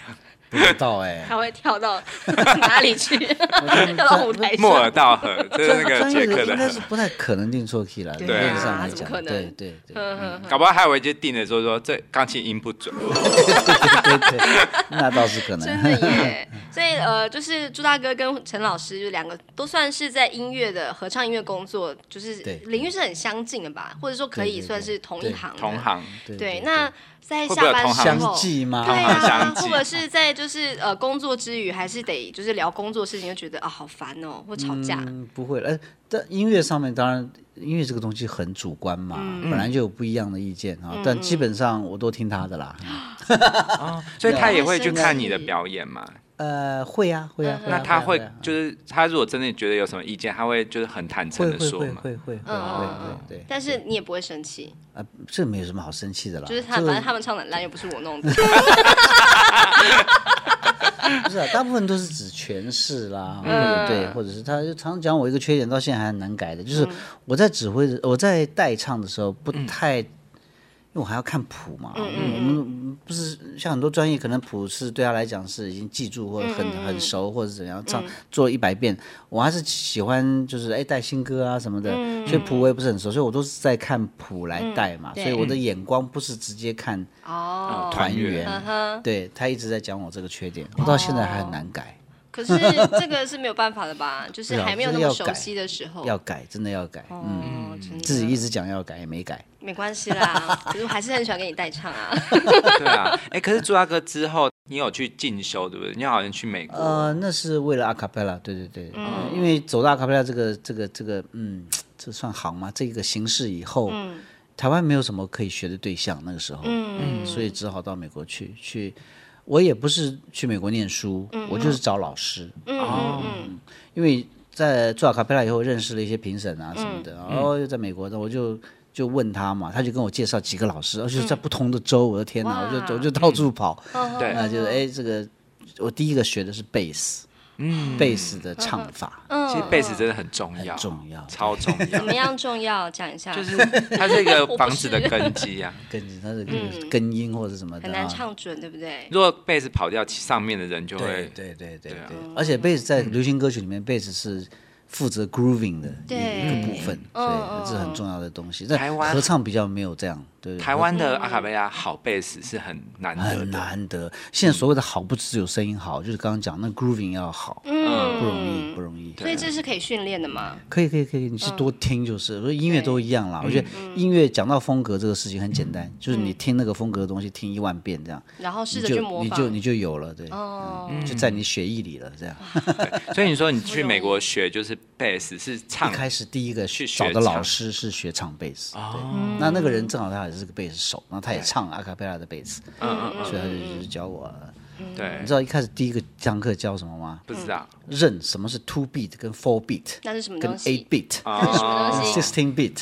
Speaker 1: 不知道哎，
Speaker 3: 他会跳到 哪里去？跳到舞台
Speaker 2: 莫尔
Speaker 3: 上。
Speaker 2: 道河，就是那个
Speaker 1: 专
Speaker 2: 捷
Speaker 1: 业
Speaker 2: 克
Speaker 1: 的
Speaker 2: 的
Speaker 1: 应该是不太可能定错 key 了，理
Speaker 3: 对
Speaker 2: 啊
Speaker 1: 论上来
Speaker 3: 怎么
Speaker 1: 讲
Speaker 3: 可，能
Speaker 1: 对对对。
Speaker 3: 嗯哼哼
Speaker 2: 搞不好还有一就定的说说这钢琴音不准，
Speaker 1: 对对 对，那倒是可
Speaker 3: 真
Speaker 1: 能。
Speaker 3: 的 耶！所以呃，就是朱大哥跟陈老师，就两个都算是在音乐的合唱音乐工作，就是
Speaker 1: 对
Speaker 3: 领域是很相近的吧，或者说可以
Speaker 1: 对对对
Speaker 3: 算是同一行的
Speaker 2: 同。 行
Speaker 1: 对对，
Speaker 3: 对，那在
Speaker 2: 会不会
Speaker 3: 下
Speaker 2: 有
Speaker 3: 班
Speaker 2: 同
Speaker 3: 时
Speaker 1: 相
Speaker 2: 行
Speaker 3: 候，
Speaker 1: 继吗？
Speaker 3: 对
Speaker 2: 同行
Speaker 3: 啊，
Speaker 2: 相
Speaker 3: 或
Speaker 2: 继
Speaker 3: 者是在就是呃工作之余，还是得就是聊工作事情，就觉得啊好烦哦，或吵架。
Speaker 1: 嗯，不会。哎，但音乐上面当然，音乐这个东西很主观嘛，
Speaker 3: 嗯
Speaker 1: 本来就有不一样的意见啊。但基本上我都听他的啦。
Speaker 3: 嗯
Speaker 2: 哦，所
Speaker 1: 啊
Speaker 2: 以他也会去看你的表演嘛。
Speaker 1: 呃，会啊，会
Speaker 3: 嗯
Speaker 1: 啊。
Speaker 2: 那他
Speaker 1: 会
Speaker 2: 会
Speaker 1: 啊
Speaker 2: 就是他如果真的觉得有什么意见，他会就是很坦
Speaker 1: 会
Speaker 2: 诚
Speaker 1: 啊
Speaker 2: 的
Speaker 1: 会
Speaker 2: 说
Speaker 1: 会
Speaker 2: 嘛。
Speaker 1: 会会会
Speaker 3: 嗯
Speaker 1: 会对。
Speaker 3: 但是你也不会生气，
Speaker 1: 啊，这没有什么好生气的啦。
Speaker 3: 就是他，
Speaker 1: 这个
Speaker 3: 反正他们唱的烂，又不是我弄的。
Speaker 1: 不 是啊，大部分都是指诠释啦，
Speaker 3: 嗯
Speaker 1: 或者对，或者是他就常讲我一个缺点，
Speaker 3: 嗯
Speaker 1: 到现在还很难改的，就是我在指挥的，我在代唱的时候不太因为我还要看谱嘛，
Speaker 3: 嗯嗯
Speaker 1: 我们不是像很多专业，可能谱是对他来讲是已经记住或者
Speaker 3: 嗯
Speaker 1: 很很熟或者怎样唱做一百遍，我还是喜欢就是哎带新歌啊什么的，所以谱我也不是很熟，所以我都是在看谱来带嘛，
Speaker 3: 嗯对
Speaker 1: 所以我的眼光不是直接看
Speaker 3: 哦，
Speaker 1: 团员，
Speaker 3: 嗯哼，
Speaker 1: 对他一直在讲我这个缺点，我到现在还很难改，
Speaker 3: 可是这个是没有办法的吧？就是还没有那么熟悉的时候，
Speaker 1: 要改真的要改，嗯，
Speaker 3: 哦，真的
Speaker 1: 自己一直讲要改也没改，
Speaker 3: 没关系啦，可是我还是很喜欢跟你代唱啊。
Speaker 2: 对啊，哎，可是朱大哥之后，你有去进修对不对？你好像去美国，
Speaker 1: 呃，那是为了阿卡贝拉，对对对，因为走到阿卡贝拉这个这个这个，嗯，这算行吗？这个形式以后，台湾没有什么可以学的对象，那个时候，嗯，所以只好到美国去去。我也不是去美国念书，我就是找老师，哦
Speaker 3: 嗯嗯嗯，
Speaker 1: 因为在做阿卡贝拉以后认识了一些评审啊什么的，然后又在美国的，我就就问他嘛，他就跟我介绍几个老师，而且在不同的州，我的天哪，我就我就到处跑，
Speaker 2: 对
Speaker 1: 啊，就是哎，这个我第一个学的是贝斯，嗯，贝斯的唱法
Speaker 3: 嗯
Speaker 2: 其实贝斯真的很重要，
Speaker 1: 重要，
Speaker 2: 超重 要
Speaker 3: 怎，么样重要？讲一下，
Speaker 2: 就是它是 一个房子的根基啊。
Speaker 1: 跟它的这个根音或者什么的
Speaker 3: 嗯很
Speaker 1: 啊
Speaker 3: 难，唱准，对不对？
Speaker 2: 如果贝斯跑掉，上面的人就
Speaker 1: 对
Speaker 2: 会
Speaker 1: 对对对
Speaker 2: 啊嗯
Speaker 1: 对，
Speaker 3: 嗯
Speaker 1: 而且贝斯在流行歌曲里面，贝斯是负责 grooving 的一
Speaker 3: 对
Speaker 1: 一个部分，所
Speaker 3: 嗯
Speaker 1: 以这是很重要的东西。但
Speaker 2: 台湾
Speaker 1: 合唱比较没有这样，对
Speaker 2: 台湾的阿卡贝拉好贝斯是很难得
Speaker 1: 很
Speaker 2: 的，
Speaker 1: 难得。现在所谓的好，不只有声音好，就是刚刚讲那 grooving 要好，
Speaker 3: 嗯，
Speaker 1: 不容易，不容易。
Speaker 3: 所以这是可以训练的嘛？
Speaker 1: 可以可以可以，你
Speaker 3: 嗯
Speaker 1: 去多听就是。所以音乐都一样啦，我觉得音乐讲到风格这个事情很简单，就是你听那个风格的东西听一万遍这样，
Speaker 3: 然后嗯试
Speaker 1: 你
Speaker 3: 着去
Speaker 1: 就
Speaker 3: 模
Speaker 1: 你
Speaker 3: 仿。
Speaker 1: 就你就有了，对，嗯
Speaker 3: 哦，
Speaker 2: 嗯
Speaker 1: 就在你血液里了这样。
Speaker 2: 所以你说你去美国学就是贝斯是
Speaker 1: 一
Speaker 3: 嗯
Speaker 2: 唱，
Speaker 1: 开始第一个
Speaker 2: 去学
Speaker 1: 找的老
Speaker 2: 唱哦
Speaker 1: 师是学唱贝斯，对，
Speaker 3: 嗯
Speaker 1: 那那个人正好他也是个贝斯手，然后他也唱阿卡贝拉的贝斯，
Speaker 2: 嗯嗯
Speaker 1: 所以他就就是教我了。
Speaker 2: 嗯，对
Speaker 1: 你知，道一开始第一个上课教什么吗？
Speaker 2: 不知道
Speaker 1: 认什么是 two beat 跟 four beat
Speaker 3: 那是什么
Speaker 1: 跟
Speaker 3: 东
Speaker 1: eight
Speaker 3: 西？
Speaker 1: beat
Speaker 2: 哦
Speaker 3: 那是什么东西？
Speaker 1: sixteen beat，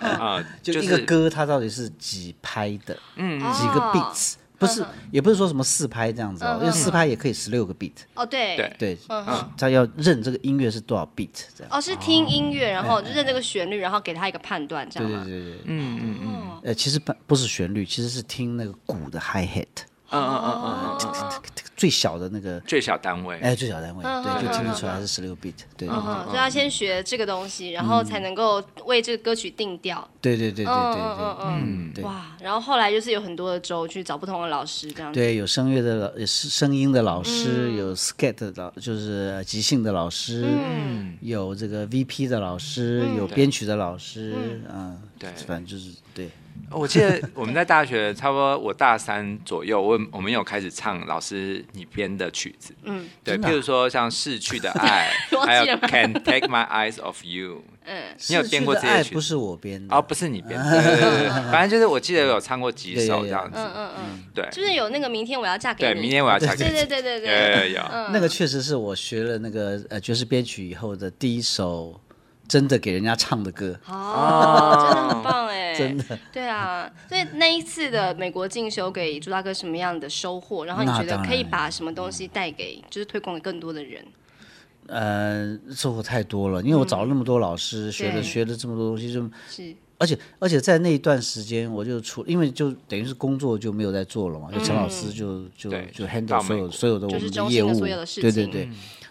Speaker 2: 啊，
Speaker 1: 嗯 就嗯一
Speaker 2: 是
Speaker 1: 个歌它到底是几拍的，几个
Speaker 3: 哦嗯
Speaker 1: beats，不是也不是说什么四拍这样子哦，因为四拍也可以十六个 beat，
Speaker 3: 哦，对
Speaker 2: 对
Speaker 1: 对，
Speaker 3: 嗯
Speaker 1: 他要认这个音乐是多少 beat 这样。
Speaker 3: 哦，是听音乐，然后认这个旋律，然后给他一个判断，这
Speaker 1: 对
Speaker 3: 样
Speaker 1: 对
Speaker 3: 吗？
Speaker 1: 对对，嗯嗯
Speaker 3: 哦
Speaker 1: 嗯，呃，其实不不是旋律，其实是听那个鼓的 hi hat，
Speaker 2: 嗯嗯嗯嗯嗯
Speaker 3: 哦
Speaker 2: 嗯，
Speaker 1: 最小的那个，
Speaker 2: 最小单位，
Speaker 1: 哎，最小单位，对，就听得出来是十六 beat，对
Speaker 3: 嗯，所以要先学这个东西，然后才能够为这个歌曲定调。
Speaker 1: 对对对对对
Speaker 3: 嗯
Speaker 1: 对
Speaker 3: 嗯嗯
Speaker 1: 对。
Speaker 3: 嗯，
Speaker 2: 嗯，
Speaker 1: 对
Speaker 3: 哇！然后后来就是有很多的州去找不同的老师，这样子。》，
Speaker 1: 对，有声乐的老，有声音的老师，有 skate 的老，就是即兴的老师，
Speaker 2: 嗯
Speaker 1: 有这个 VP 的老师，有编曲的老师，嗯，
Speaker 2: 对
Speaker 1: 反正就是对，
Speaker 2: 我记得我们在大学，差不多我大三左右，我我们有开始唱老师你编的曲子，嗯，对，
Speaker 1: 啊
Speaker 2: 譬如说像《逝去的爱
Speaker 3: 忘记
Speaker 2: 还有
Speaker 3: 了
Speaker 2: 《Can Take My Eyes Off You》，
Speaker 3: 嗯，
Speaker 2: 你有
Speaker 1: 逝去
Speaker 2: 编过
Speaker 1: 的
Speaker 2: 这些
Speaker 1: 爱
Speaker 2: 曲
Speaker 1: 不
Speaker 2: 子
Speaker 1: 是我编的
Speaker 2: 哦，不是你编的，对对对对， 反正就是我记得有唱过几首这样子，
Speaker 3: 嗯嗯，
Speaker 2: 对
Speaker 3: 就是有那个明天我要嫁给
Speaker 2: 对，
Speaker 3: 你。
Speaker 2: 明天我要唱给
Speaker 3: 对
Speaker 2: 你
Speaker 3: 对对对嗯
Speaker 2: 有有有
Speaker 3: 对，
Speaker 2: 有，
Speaker 1: 那个确实是我学了那个呃爵士编曲以后的第一首真的给人家唱的歌。
Speaker 3: 哦，真的很棒哎，真的。对啊，所以那一次的美国进修给朱大哥什么样的收获？然后你
Speaker 1: 那
Speaker 3: 觉得
Speaker 1: 当
Speaker 3: 可以
Speaker 1: 然
Speaker 3: 把什么东西带给，就是推广给更多的人？
Speaker 1: 呃，收获太多了，因为我找了那么多老师，学
Speaker 3: 对，
Speaker 1: 了学了这么多东西，就是而且而且在那一段时间，我就出，因为就等于是工作就没有在做了嘛，就陈老师就就
Speaker 2: 对
Speaker 1: 就
Speaker 2: 到
Speaker 1: handle
Speaker 2: 美
Speaker 1: 所有
Speaker 2: 国
Speaker 1: 所有的我
Speaker 3: 就是
Speaker 1: 们
Speaker 3: 中心
Speaker 1: 业
Speaker 3: 的
Speaker 1: 务，
Speaker 3: 所有的事
Speaker 1: 对对
Speaker 3: 情
Speaker 1: 对。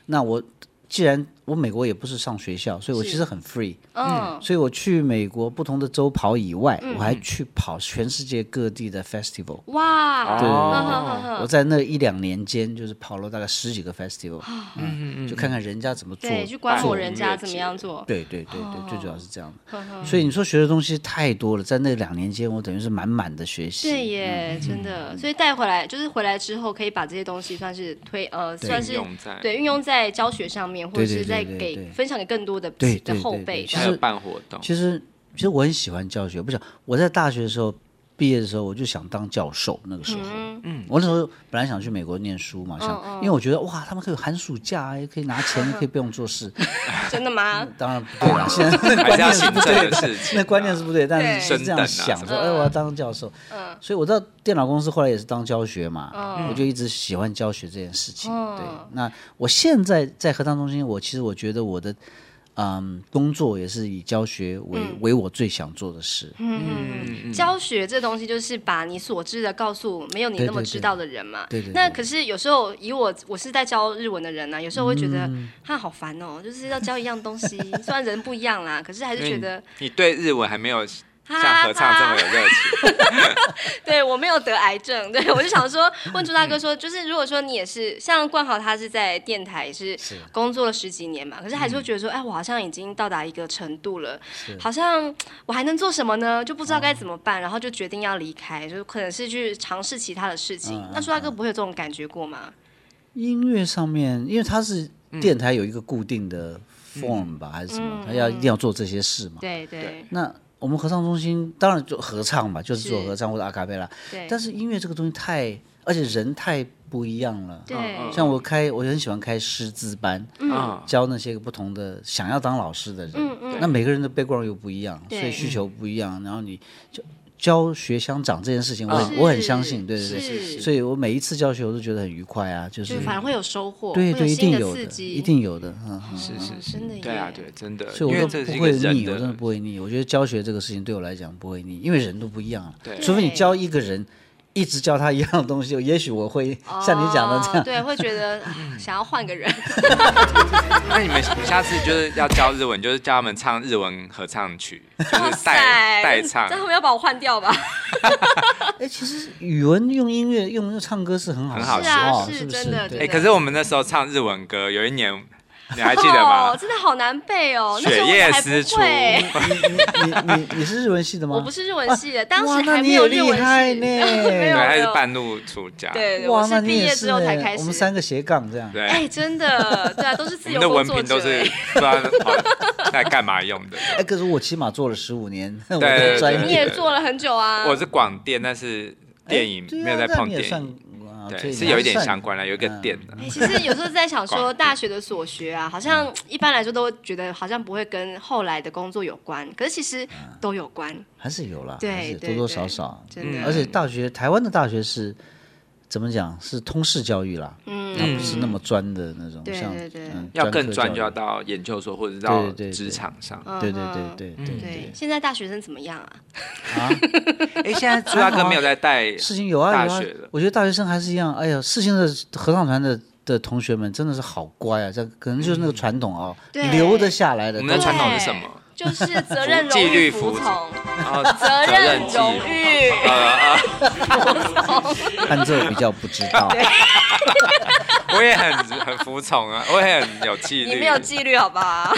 Speaker 1: 那我既然我美国也不是上学校，所以我其实很 free，
Speaker 3: 嗯，
Speaker 1: 所以我去美国不同的州跑以外，我还去跑全世界各地的 festival。
Speaker 3: 哇，
Speaker 1: 对对
Speaker 3: 嗯嗯
Speaker 1: 对
Speaker 3: 嗯嗯
Speaker 1: 我在那一两年间，就是跑了大概十几个 festival，嗯，就看看人家怎么做，
Speaker 3: 对，去观摩
Speaker 1: 做
Speaker 3: 人家怎么样做。
Speaker 1: 对对对对，最主要是这样的。所以你说学的东西太多了，在那两年间，我等于是嗯满满的学
Speaker 3: 对
Speaker 1: 习。
Speaker 3: 耶，真的，所以带回来就是回来之后，可以把这些东西算是推呃，算
Speaker 2: 运
Speaker 3: 是
Speaker 2: 用在
Speaker 3: 对运用在教学上面，或者
Speaker 1: 对
Speaker 3: 是
Speaker 1: 对
Speaker 3: 在
Speaker 1: 对对
Speaker 3: 给
Speaker 1: 对
Speaker 3: 分享给更多的
Speaker 1: 对对
Speaker 3: 的
Speaker 1: 对
Speaker 3: 后
Speaker 1: 对
Speaker 3: 辈。
Speaker 1: 对
Speaker 3: 这
Speaker 1: 其
Speaker 2: 还
Speaker 3: 样
Speaker 1: 实
Speaker 2: 有办活动，
Speaker 1: 其实其实我很喜欢教学，不想我在大学的时候。毕业的时候，我就想当教授。那个时候，嗯，我那时候本来想去美国念书嘛，想，因为我觉得哇，他们可以有寒暑假，也可以拿钱，可以不用做事。
Speaker 3: 真的吗？
Speaker 1: 当然不对了，现在
Speaker 2: 哦还是要行政的事情啊，
Speaker 1: 那观念是不对，但
Speaker 3: 对
Speaker 1: 是是这样想
Speaker 2: 升啊
Speaker 1: 说，哎，我要当教授。
Speaker 2: 嗯
Speaker 1: 所以我到电脑公司后来也是当教学嘛，我就一直喜欢
Speaker 2: 嗯
Speaker 1: 教学这件事情。对，那我现在在合唱中心，我其实我觉得我的。嗯，工作也是以教学为、
Speaker 2: 嗯
Speaker 1: 为我最想做的事。
Speaker 3: 嗯，教学这东西就是把你所知的告诉没有你那么知道的人嘛。
Speaker 1: 对对对
Speaker 3: 那可是有时候以我我是在教日文的人呢、啊有时候会觉得
Speaker 1: 嗯
Speaker 3: 他好烦哦，就是要教一样东西， 虽然人不一样啦，可是还是觉得
Speaker 2: 你对日文还没有像
Speaker 3: 哈
Speaker 2: 合唱这
Speaker 3: 哈
Speaker 2: 么有热情。
Speaker 3: 对我没有得癌症，对我就想 说，问朱大
Speaker 1: 嗯
Speaker 3: 哥说，就是如果说你也是像冠豪，他是在电台也是工作了十几年嘛，可是还是
Speaker 1: 嗯
Speaker 3: 会觉得说，哎，我好像已经到达一个程度了，好像我还能做什么呢？就不知道
Speaker 1: 哦
Speaker 3: 该怎么办，然后就决定要离开，就可能是去尝试其他的事情。
Speaker 1: 嗯
Speaker 3: 那朱大哥不会有这种感觉过吗？
Speaker 1: 音乐上面，因为它是
Speaker 2: 嗯
Speaker 1: 电台有一个固定的 form 吧，还是什么，它要一定要做这些事嘛。
Speaker 3: 对对
Speaker 2: 嗯对
Speaker 1: 那我们合唱中心当然做合唱嘛，就是做
Speaker 3: 是
Speaker 1: 合唱或者阿卡贝拉，
Speaker 3: 对
Speaker 1: 但是音乐这个东西太，而且人太不一样了。
Speaker 3: 对，
Speaker 1: 像我开，我很喜欢开师资班，
Speaker 2: 嗯，
Speaker 1: 教那些不同的想要当老师的人。
Speaker 3: 嗯嗯
Speaker 1: 那每个人的 background 又不一样，所
Speaker 3: 对
Speaker 1: 以需求不一样，然后你教教学相长这件事情，我很、
Speaker 3: 是
Speaker 1: 我很相信，对对
Speaker 3: 嗯是是
Speaker 1: 对，
Speaker 3: 是
Speaker 1: 所以我每一次教学我都觉得很愉快啊，就是
Speaker 3: 就反而会有收获，
Speaker 1: 对
Speaker 3: 会有
Speaker 1: 对，一
Speaker 3: 新
Speaker 1: 定
Speaker 3: 的
Speaker 1: 有
Speaker 3: 刺
Speaker 1: 的，
Speaker 3: 激，
Speaker 1: 一定有的，嗯，嗯
Speaker 2: 是是是，
Speaker 3: 真的
Speaker 2: 对啊
Speaker 3: 耶
Speaker 2: 对，真的，
Speaker 1: 所以
Speaker 2: 因为
Speaker 1: 我
Speaker 2: 这
Speaker 1: 都不
Speaker 2: 是一个
Speaker 1: 会
Speaker 2: 人
Speaker 1: 腻，我真的
Speaker 2: 的
Speaker 1: 不会腻。我觉得教学这个事情对我来讲不会腻，因为人都不一样啊。
Speaker 2: 对
Speaker 1: 除非你教一个人一直教他一样的东西，也许我会
Speaker 3: 哦
Speaker 1: 像你讲的这样。
Speaker 3: 对，会觉得啊想要换个人。
Speaker 2: 那你们你下次就是要教日文，就是教他们唱日文合唱 曲，
Speaker 3: 哇
Speaker 2: 就是
Speaker 3: 塞，
Speaker 2: 代代唱
Speaker 3: 这。他们要把我换掉吧？
Speaker 1: 哎，其实语文用音乐用用唱歌是很好的，
Speaker 2: 很好
Speaker 1: 哦
Speaker 2: 是
Speaker 1: 是
Speaker 3: 啊是
Speaker 1: 不
Speaker 3: 真的
Speaker 1: 对
Speaker 2: 哎，
Speaker 3: 真的
Speaker 2: 可是我们那时候唱日文歌，有一年你还记得 吗
Speaker 3: 哦，？真的好难背哦，那时
Speaker 2: 雪
Speaker 3: 候我
Speaker 2: 夜
Speaker 3: 还
Speaker 2: 思
Speaker 3: 不
Speaker 2: 出，
Speaker 3: 会。
Speaker 1: 你你你你是日文系的吗？
Speaker 3: 我不是日文系的，当
Speaker 1: 哇
Speaker 3: 时
Speaker 1: 那
Speaker 3: 还
Speaker 1: 你
Speaker 3: 没
Speaker 1: 也
Speaker 3: 日文
Speaker 1: 厉害
Speaker 3: 系。
Speaker 1: 呢
Speaker 3: 没
Speaker 2: 对，
Speaker 3: 有
Speaker 2: 他是半路出家。
Speaker 3: 对，我
Speaker 1: 哇，那
Speaker 3: 是
Speaker 1: 你
Speaker 3: 毕
Speaker 1: 也
Speaker 3: 业
Speaker 1: 是
Speaker 3: 之后才
Speaker 1: 呢
Speaker 3: 开始。
Speaker 1: 我们三个斜杠这样。
Speaker 2: 对，
Speaker 3: 哎，真 的，对啊，都是
Speaker 2: 我
Speaker 3: 自由
Speaker 2: 们的
Speaker 3: 工
Speaker 2: 文
Speaker 3: 作
Speaker 2: 凭
Speaker 3: 者。
Speaker 2: 都是
Speaker 3: 哎
Speaker 2: 不知道跑在干嘛用的。
Speaker 1: 哎，可是我起码做了十五年，我
Speaker 2: 对对
Speaker 1: 的
Speaker 2: 对
Speaker 1: 专业
Speaker 3: 你也做了很久啊。
Speaker 2: 我是广电，但是电影
Speaker 1: 嗯对啊
Speaker 2: 没有在
Speaker 1: 那
Speaker 2: 碰
Speaker 1: 你也
Speaker 2: 电
Speaker 1: 算
Speaker 2: 影，
Speaker 1: 哇所
Speaker 2: 对，
Speaker 1: 以
Speaker 2: 是
Speaker 1: 你
Speaker 2: 有
Speaker 1: 还
Speaker 2: 一点
Speaker 1: 算嗯
Speaker 2: 相关的，有一个电的。
Speaker 3: 哎其实有时候在想说，
Speaker 2: 广
Speaker 3: 大学的所学啊，好像一般来说都会觉得好像不会跟后来的工作有关，可是其实
Speaker 1: 嗯
Speaker 3: 都有关，
Speaker 1: 还是有啦，
Speaker 3: 对
Speaker 1: 还是
Speaker 3: 对
Speaker 1: 多多
Speaker 3: 对
Speaker 1: 少少。
Speaker 3: 真
Speaker 2: 嗯
Speaker 1: 而
Speaker 3: 的。
Speaker 1: 且大学台湾的大学是怎么讲？是通识教育啦，它
Speaker 3: 嗯
Speaker 1: 不是那么专的那种，
Speaker 3: 对
Speaker 1: 像
Speaker 3: 对对
Speaker 1: 嗯
Speaker 2: 要
Speaker 1: 专
Speaker 2: 更专
Speaker 1: 科
Speaker 2: 就要
Speaker 1: 教育
Speaker 2: 到研究所或者到
Speaker 1: 对对对
Speaker 2: 职场上。
Speaker 3: 嗯
Speaker 1: 对对对对对
Speaker 3: 对
Speaker 1: 对，
Speaker 3: 现在大学生怎么样啊？
Speaker 1: 啊，
Speaker 2: 哎，现在朱大哥没有在带
Speaker 1: 事情有啊有
Speaker 2: 大
Speaker 1: 啊
Speaker 2: 学的，
Speaker 1: 我觉得大学生还是一样，哎呀，世新的合唱团的。的同学们真的是好乖啊，这可能就是那个传统啊、
Speaker 3: 对
Speaker 1: 留得下来的。
Speaker 2: 嗯我们的
Speaker 1: 都
Speaker 2: 传统是什么？
Speaker 3: 就是 责任、
Speaker 2: 纪
Speaker 3: 荣誉、
Speaker 2: 律
Speaker 3: 服
Speaker 2: 服
Speaker 3: 从、
Speaker 2: 哦
Speaker 3: 责
Speaker 2: 责
Speaker 3: 任、
Speaker 2: 任纪
Speaker 3: 荣誉。
Speaker 2: 呃呃，
Speaker 1: 伴奏比较不知道，
Speaker 2: 我也很很服从啊，我也很有纪律。
Speaker 3: 你没有纪律，好 吧？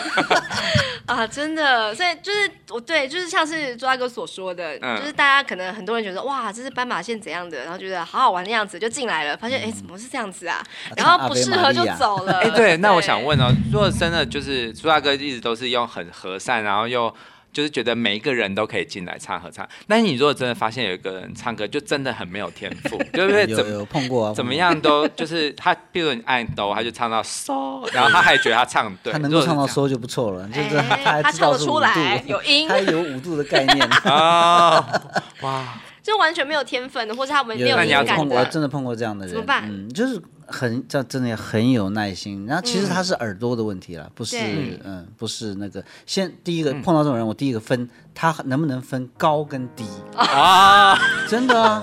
Speaker 3: 啊，真的，所以就是我对，就是像是朱大哥所说的，
Speaker 2: 嗯
Speaker 3: 就是大家可能很多人觉得哇，这是斑马线怎样的，然后觉得好好玩的样子，就进来了，发现哎、诶怎么是这样子啊？然后不适合就走了。
Speaker 2: 嗯哎，对，那我想问哦，如果真的就是朱大哥一直都是用很和善，然后又就是觉得每一个人都可以进来唱合唱，那你如果真的发现有一个人唱歌就真的很没有天 赋，对 不对？
Speaker 1: 有
Speaker 2: 怎么
Speaker 1: 有碰过啊？
Speaker 2: 怎么
Speaker 1: 碰过？
Speaker 2: 样都就是他，比如你按哆，他就唱到嗦，然后他还觉得他唱对，
Speaker 1: 他能够唱到
Speaker 2: 如果
Speaker 1: 收就不错了，就是
Speaker 3: 哎
Speaker 1: 他
Speaker 3: 他
Speaker 1: 还知道
Speaker 3: 唱得
Speaker 1: 是五
Speaker 3: 出
Speaker 1: 度，
Speaker 3: 来有音
Speaker 1: 他有五度的概念。
Speaker 2: 是这样哦，哇，
Speaker 3: 就完全没有天分的，或是他们没有
Speaker 2: 那你要
Speaker 3: 灵
Speaker 1: 有
Speaker 3: 感
Speaker 2: 怎么
Speaker 1: 碰过，
Speaker 3: 的，
Speaker 1: 真的碰过这样的人，
Speaker 3: 怎么办
Speaker 1: 嗯，就是很这真的也很有耐心。然后其实他是耳朵的问题了，不是
Speaker 3: 嗯对
Speaker 1: 嗯，不是那个。先第一个
Speaker 2: 嗯
Speaker 1: 碰到这种人，我第一个分他能不能分高跟低，
Speaker 3: 哦
Speaker 2: 啊，
Speaker 1: 真的啊，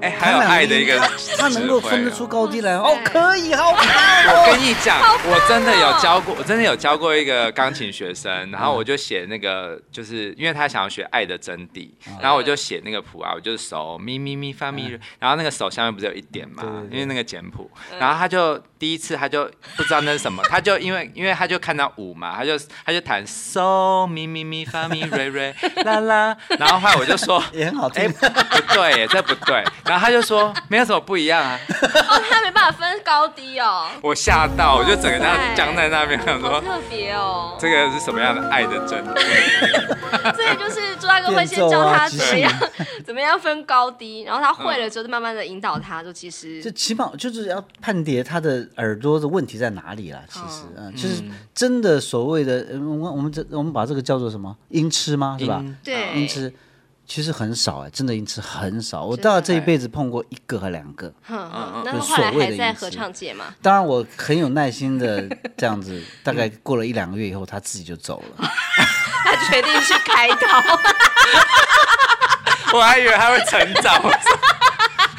Speaker 2: 哎，还有爱的一个，哦啊
Speaker 1: 他能够分得出。高低来，哦，
Speaker 3: 塞
Speaker 1: 可以，好棒
Speaker 2: 我
Speaker 1: 哦。
Speaker 2: 跟你讲，我真的有教过，我真的有教过一个钢琴学
Speaker 1: 嗯
Speaker 2: 生，然后我就写那个，就是因为他想要学爱的真谛，
Speaker 1: 嗯
Speaker 2: 然后我就写那个谱啊，我就是手咪咪咪发咪，然后那个手下面不是有一点嘛
Speaker 1: 对对，对
Speaker 2: 因为那个简谱，然后他就第一次他就不知道那是什么，他就因为因为他就看到五嘛，他就他就弹 so 咪咪咪发咪瑞瑞啦啦，然后后来我就说。
Speaker 1: 也很好
Speaker 2: 哎、
Speaker 1: 听，
Speaker 2: 不对耶，这不对。然后他就说没有什么不一样啊，
Speaker 3: 哦， 他没办法分高低哦，
Speaker 2: 我吓到，我就整个这样僵在那边，想
Speaker 3: 好
Speaker 2: 说
Speaker 3: 特别哦。
Speaker 2: 这个是什么样的爱的真谛？
Speaker 3: 所以就是朱大哥会先
Speaker 1: 啊
Speaker 3: 教他怎么样、 怎么样分高低，然后他会
Speaker 2: 嗯
Speaker 3: 了之后，就慢慢的引导他，就其实
Speaker 1: 就起码就是要判别他的耳朵的问题在哪里啦。其实
Speaker 3: 哦，
Speaker 1: 嗯，就是真的所谓的，嗯我们我们这我们把这个叫做什么音痴吗？是吧？
Speaker 2: 音
Speaker 3: 对
Speaker 1: 音痴，其实很少哎，真的音痴很少，我
Speaker 3: 真的哎
Speaker 1: 大概这一辈子碰过一个和两个。
Speaker 3: 哼哼
Speaker 2: 嗯，
Speaker 3: 那
Speaker 1: 就
Speaker 3: 后来
Speaker 1: 所谓
Speaker 3: 还
Speaker 1: 的
Speaker 3: 在
Speaker 1: 隐私
Speaker 3: 合唱界嘛？
Speaker 1: 当然，我很有耐心 的这样子，大概过了一两个月以后，他自己就走了。
Speaker 3: 他决定去开刀，
Speaker 2: 我还以为他会成长，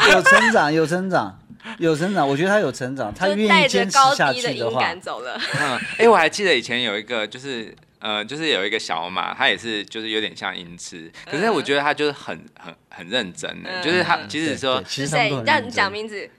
Speaker 1: 有成长，有成长，有成长。我觉得他有成长，他
Speaker 3: 就
Speaker 1: 愿
Speaker 3: 带
Speaker 1: 意
Speaker 3: 着
Speaker 1: 坚持
Speaker 3: 高
Speaker 1: 下
Speaker 3: 低
Speaker 1: 去
Speaker 3: 的
Speaker 1: 的
Speaker 3: 音
Speaker 1: 话
Speaker 3: 感，走了。
Speaker 2: 嗯，哎、我还记得以前有一个，就是呃，就是有一个小马，他也是就是有点像音痴，可是我觉得他就是很很很认真的，就是他即
Speaker 1: 对
Speaker 2: 使说
Speaker 1: 对其实他们
Speaker 3: 谁
Speaker 1: 都很？
Speaker 3: 让
Speaker 1: 认
Speaker 3: 你讲
Speaker 1: 真
Speaker 3: 名字，